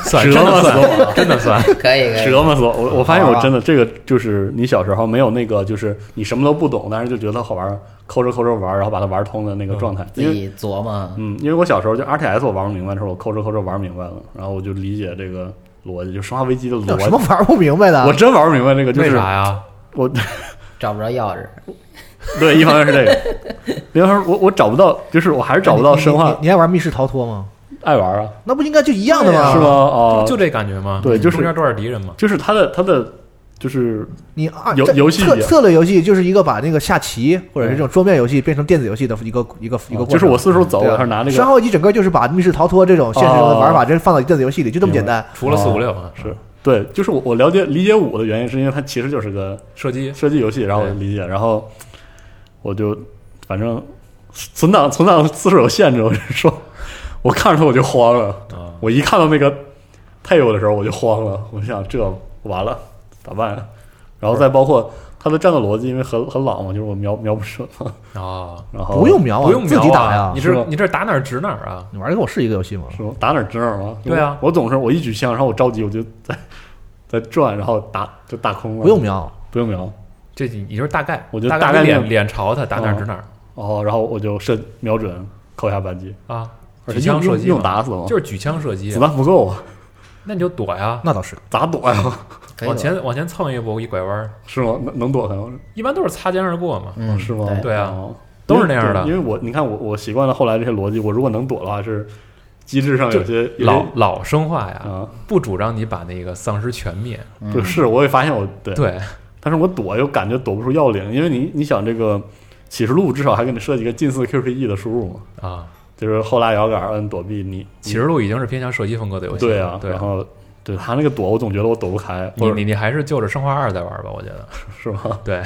算折真的磨死我算，真的算。可以可以， 折磨死我！我我发现好我玩吧真的这个就是你小时候没有那个，就是你什么都不懂，但是就觉得好玩，抠着抠着玩，然后把它玩通的那嗯个状态。自因为己琢磨。嗯，因为我小时候就 R T S 我玩不明白的时候，我抠着抠着玩明白了，然后我就理解这个逻辑，就《生化危机》的有什么逻辑。玩不明白的？啊我真玩不明白这个，就为是啥呀？我 找不着钥匙，对，一方面是这个，另一方面是我我找不到，就是我还是找不到哎你你生化 你你爱玩密室逃脱吗？爱玩啊，那不应该就一样的是吗？吗？？哦，就这感觉吗？对就是中间多少敌人嘛。就是它的它的就是啊你二游这游戏策也嗯策略游戏就是一个把那个下棋或者是这种桌面游戏变成电子游戏的一个一个一个过程。啊就是我四处走，对啊我还是拿那生个哦化危机整个就是把密室逃脱这种现实中的玩法，真放到电子游戏里，就这么简单。除了四五六啊，是对，就是我我了解理解五的原因是因为它其实就是个射击，射击游戏，然后我就理解，然后我就反正存档存档次数有限制，我是说，我看着他我就慌了，啊我一看到那个配偶的时候我就慌了，我想这完了咋办呀？然后再包括它的战斗逻辑，因为很很老嘛，就是我瞄瞄不准嘛，啊，然后不用瞄啊，不用自瞄己打啊呀你。是吧这你这打哪儿指哪儿啊？你玩的跟我是一个游戏吗？是吧打哪儿指哪儿嘛，对啊我总是我一举枪，然后我着急我就在在转，然后打就打空了，不用瞄，啊不用瞄，这你就是大概，我觉得大大概脸那脸朝他，打哪儿指哪儿哦，然后我就射瞄准扣下扳机，啊。而举且用枪射用击嘛用打死我，就是举枪射击子，弹不够啊，那你就躲呀，那倒是。咋躲呀？可以往前往前蹭一步，一拐弯儿，是吗？能能躲开吗？一般都是擦肩而过嘛。嗯，是吗？对啊哦都是那样的因为对因为我你看我我习惯了后来这些逻辑，我如果能躲的话，是机制上有些有些老老生化呀，啊，不主张你把那个丧尸全灭，嗯对，是我也发现我对，对，但是我躲又感觉躲不出要领，因为你你想这个启示录至少还给你设计一个近似 QTE 的输入嘛，啊，就是后拉摇杆摁躲避你，启示录已经是偏向射击风格的游戏对了，啊，对然。后对他那个躲，我总觉得我躲不开，你或者你你还是就着生化二在玩吧，我觉得。是吧？对，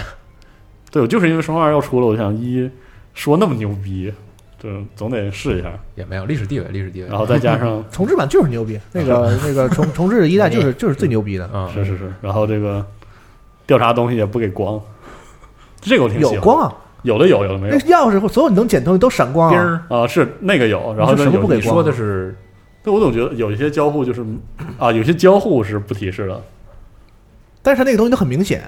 对，我就是因为生化二要出了，我想一说那么牛逼，就总得试一下，也没有历史地位，历史地位。然后再加上。重置版就是牛逼，那个那个重重置一代就是就是最牛逼的。嗯，是是是，啊然后这个调查东西也不给光，这个我挺喜欢有光，啊，有的有，有的没那有钥匙或所有你能捡的东西都闪光钉啊。儿，啊，是那个有，然后你是但什么有不给你一光说的是对我总觉得有一些交互就是啊，有些交互是不提示的但是它那个东西都很明显，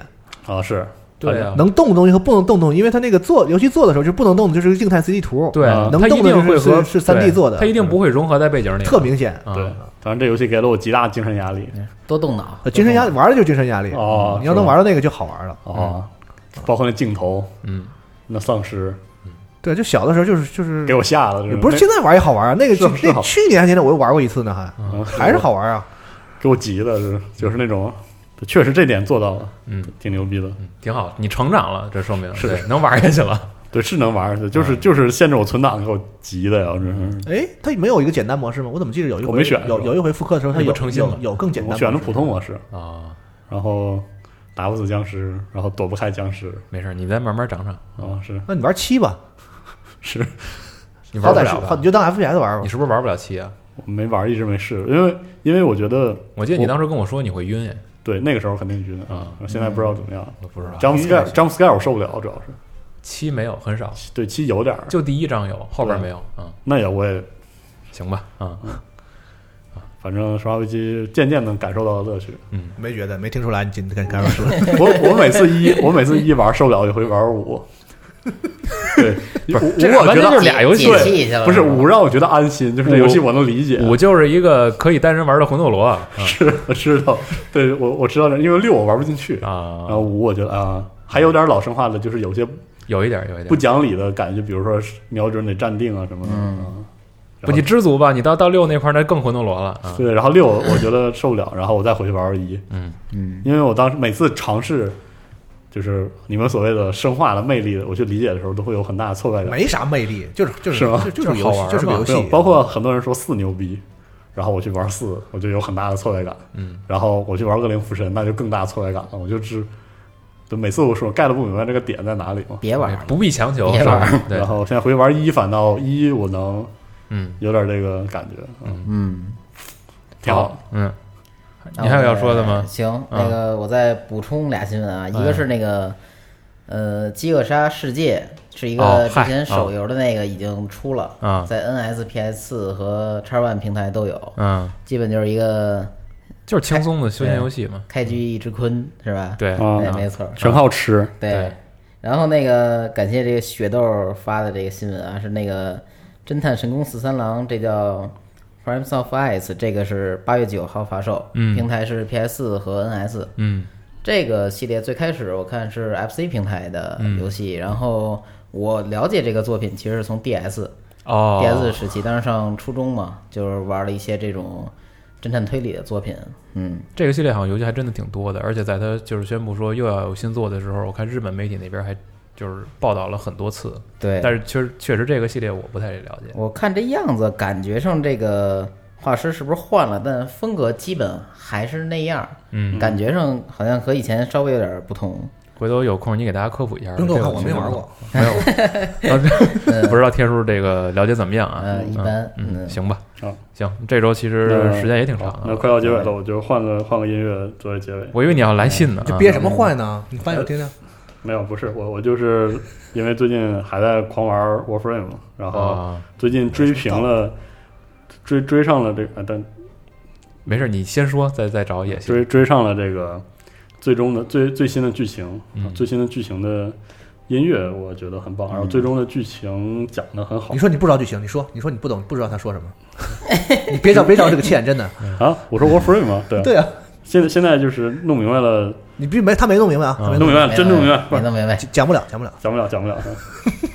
啊，是对啊，能动的东西和不能动的东西，因为它那个做游戏做的时候就不能动的就是个静态 3D 图，对啊，能它动一的定是会和是是 3D 对做的它一定不会融合在背景里，特明显。啊对，反正这游戏给了我极大的精神压力多动脑，呃精神压力玩的就是精神压力哦嗯你要能玩到那个就好玩了。啊，包括那镜头，嗯，那丧尸对，就小的时候就是就是给我吓的，嗯不是现在玩也好玩啊，那个是是嗯那好去年还前年我又玩过一次呢，还在 还是好玩啊。给我急的，就是就是那种，确实这点做到了，嗯，挺牛逼的，挺好，你成长了，这说明是对能玩下去了。对，是能玩儿的，嗯就是就是限制我存档给我急的呀，真是。哎，它没有一个简单模式吗？我怎么记得有一回我没选有有一回复刻的时候，它你有不诚信有了有更简单我模式，选了普通模式，啊，然后打不死僵尸，然后躲不开僵尸没事儿，你再慢慢长长，啊，是那你玩七吧，是，你好玩不歹了是好吧你？就当 FPS 玩吧你。是不是玩不了七啊？我没玩儿，一直没试，因为因为我觉得我记得你我当时跟我说你会晕，哎，对，那个时候肯定晕啊，现在不知道怎么样。我不嗯知道。 jump scare jump scare 我受不了，主要是七没有，很少，对其实有点儿，就第一章有，后边没有。嗯，那也我也行吧，嗯，反正《生化危机》渐渐的感受到了乐趣。没觉得，没听出来你今天跟刚说 我我每次一我每次一玩受不了，就会玩五。对，五五这我觉完全得就是俩游戏解气去了，不是五让我觉得安心，就是这游戏我能理解。五就是一个可以单人玩的魂斗罗啊是我知道，对我我知道这，因为六我玩不进去，然啊后，五我觉得啊还有点老生化的，就是有些有一点，有一点不。讲理的感觉，比如说瞄准得站定啊什么的。嗯不，你知足吧，你到到六那块儿那更魂斗罗了啊。对，然后六我觉得受不了，然后我再回去玩儿一，嗯嗯，因为我当时每次尝试就是你们所谓的生化的魅力，我去理解的时候，都会有很大的挫败感。没啥魅力，就是就是是吗就就是是游好戏，玩就是个嘛游没有戏。包括很多人说四牛逼，然后我去玩四，我就有很大的挫败感。嗯，然后我去玩恶灵附身，那就更大挫败感了。我就知，就每次我说 get 不明白这个点在哪里嘛。别玩了，不必强求，别是吧玩 对然，后现在回去玩一，反倒一我能嗯，有点这个感觉，嗯，嗯，挺好。嗯，你还有要说的吗啊哎呃？行，那个我再补充俩新闻啊，一个是那个呃《饥饿杀世界》是一个哦之嗨前手游的那个已经出了啊在 NS、PS 4和 X One 平台都有，嗯，基本就是一个就是轻松的休闲游戏嘛。开局一只鲲是吧？对，啊哎，没错，全靠吃，对对。然后那个感谢这个雪豆发的这个新闻啊，是那个《侦探神功十三郎》，这叫《Crimes of Ice》，这个是八月九号发售，嗯平台是 PS 4和 NS。嗯这个系列最开始我看是 FC 平台的游戏，然后我了解这个作品其实是从 DS、哦 DS 时期，当时上初中嘛，就是玩了一些这种侦探推理的作品，嗯，这个系列好像游戏还真的挺多的，而且在它就是宣布说又要有新作的时候，我看日本媒体那边还就是报道了很多次，对。但是确实确实这个系列我不太了解。我看这样子，感觉上这个画师是不是换了？但风格基本还是那样，嗯，感觉上好像和以前稍微有点不同。回头有空你给大家科普一下。不用给我看，这我个没 玩过。没有，啊不知道天叔这个了解怎么样啊？嗯一般嗯，嗯行吧，好行，这周其实时间也挺长那的。快到结尾了，我就换个换个音乐作为结尾。我以为你要来信呢，就啊憋什么坏呢？你翻译我听听。没有，不是我，我就是因为最近还在狂玩 Warframe，嘛然后啊，最近追平了，追追上了这个，啊但没事，你先说，再再找也行。追追上了这个最终的最最新的剧情、嗯最新的剧情的音乐，我觉得很棒。然后最终的剧情讲的很好你、说你不知道剧情，你说你说你不懂，不知道他说什么。你别找别找这个气眼，真的。嗯啊！我说 Warframe 吗？对，对啊，现在现在就是弄明白了，你并没他没弄明白啊，他没弄弄明白了，真哎弄明白了，没弄明白。讲讲不了，讲不了。讲不了，讲不了。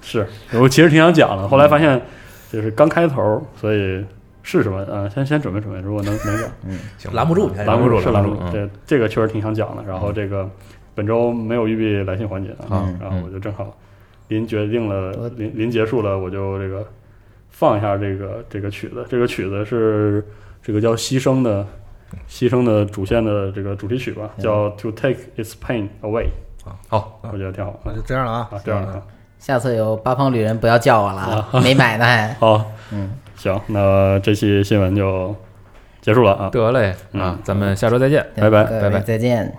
是我其实挺想讲的，后来发现就是刚开头，所以是什么啊？先先准备准备，如果能能讲。行，拦不住你还是拦不住，是拦拦不不住住。。嗯这这个确实挺想讲的。然后这个本周没有预备来信环节啊嗯，然后我就正好临决定了，临临结束了，我就这个放一下这个这个曲子。这个曲子是这个叫《牺牲》的《牺牲》的主线的这个主题曲吧，叫《To Take Its Pain Away》，嗯啊好，我觉得挺好那就这样了啊。啊。这样的啊。下次有八方旅人不要叫我了，啊，没买呢还。好，嗯，行，那这期新闻就结束了啊，得嘞嗯啊，咱们下周再见。拜拜各位拜拜再见。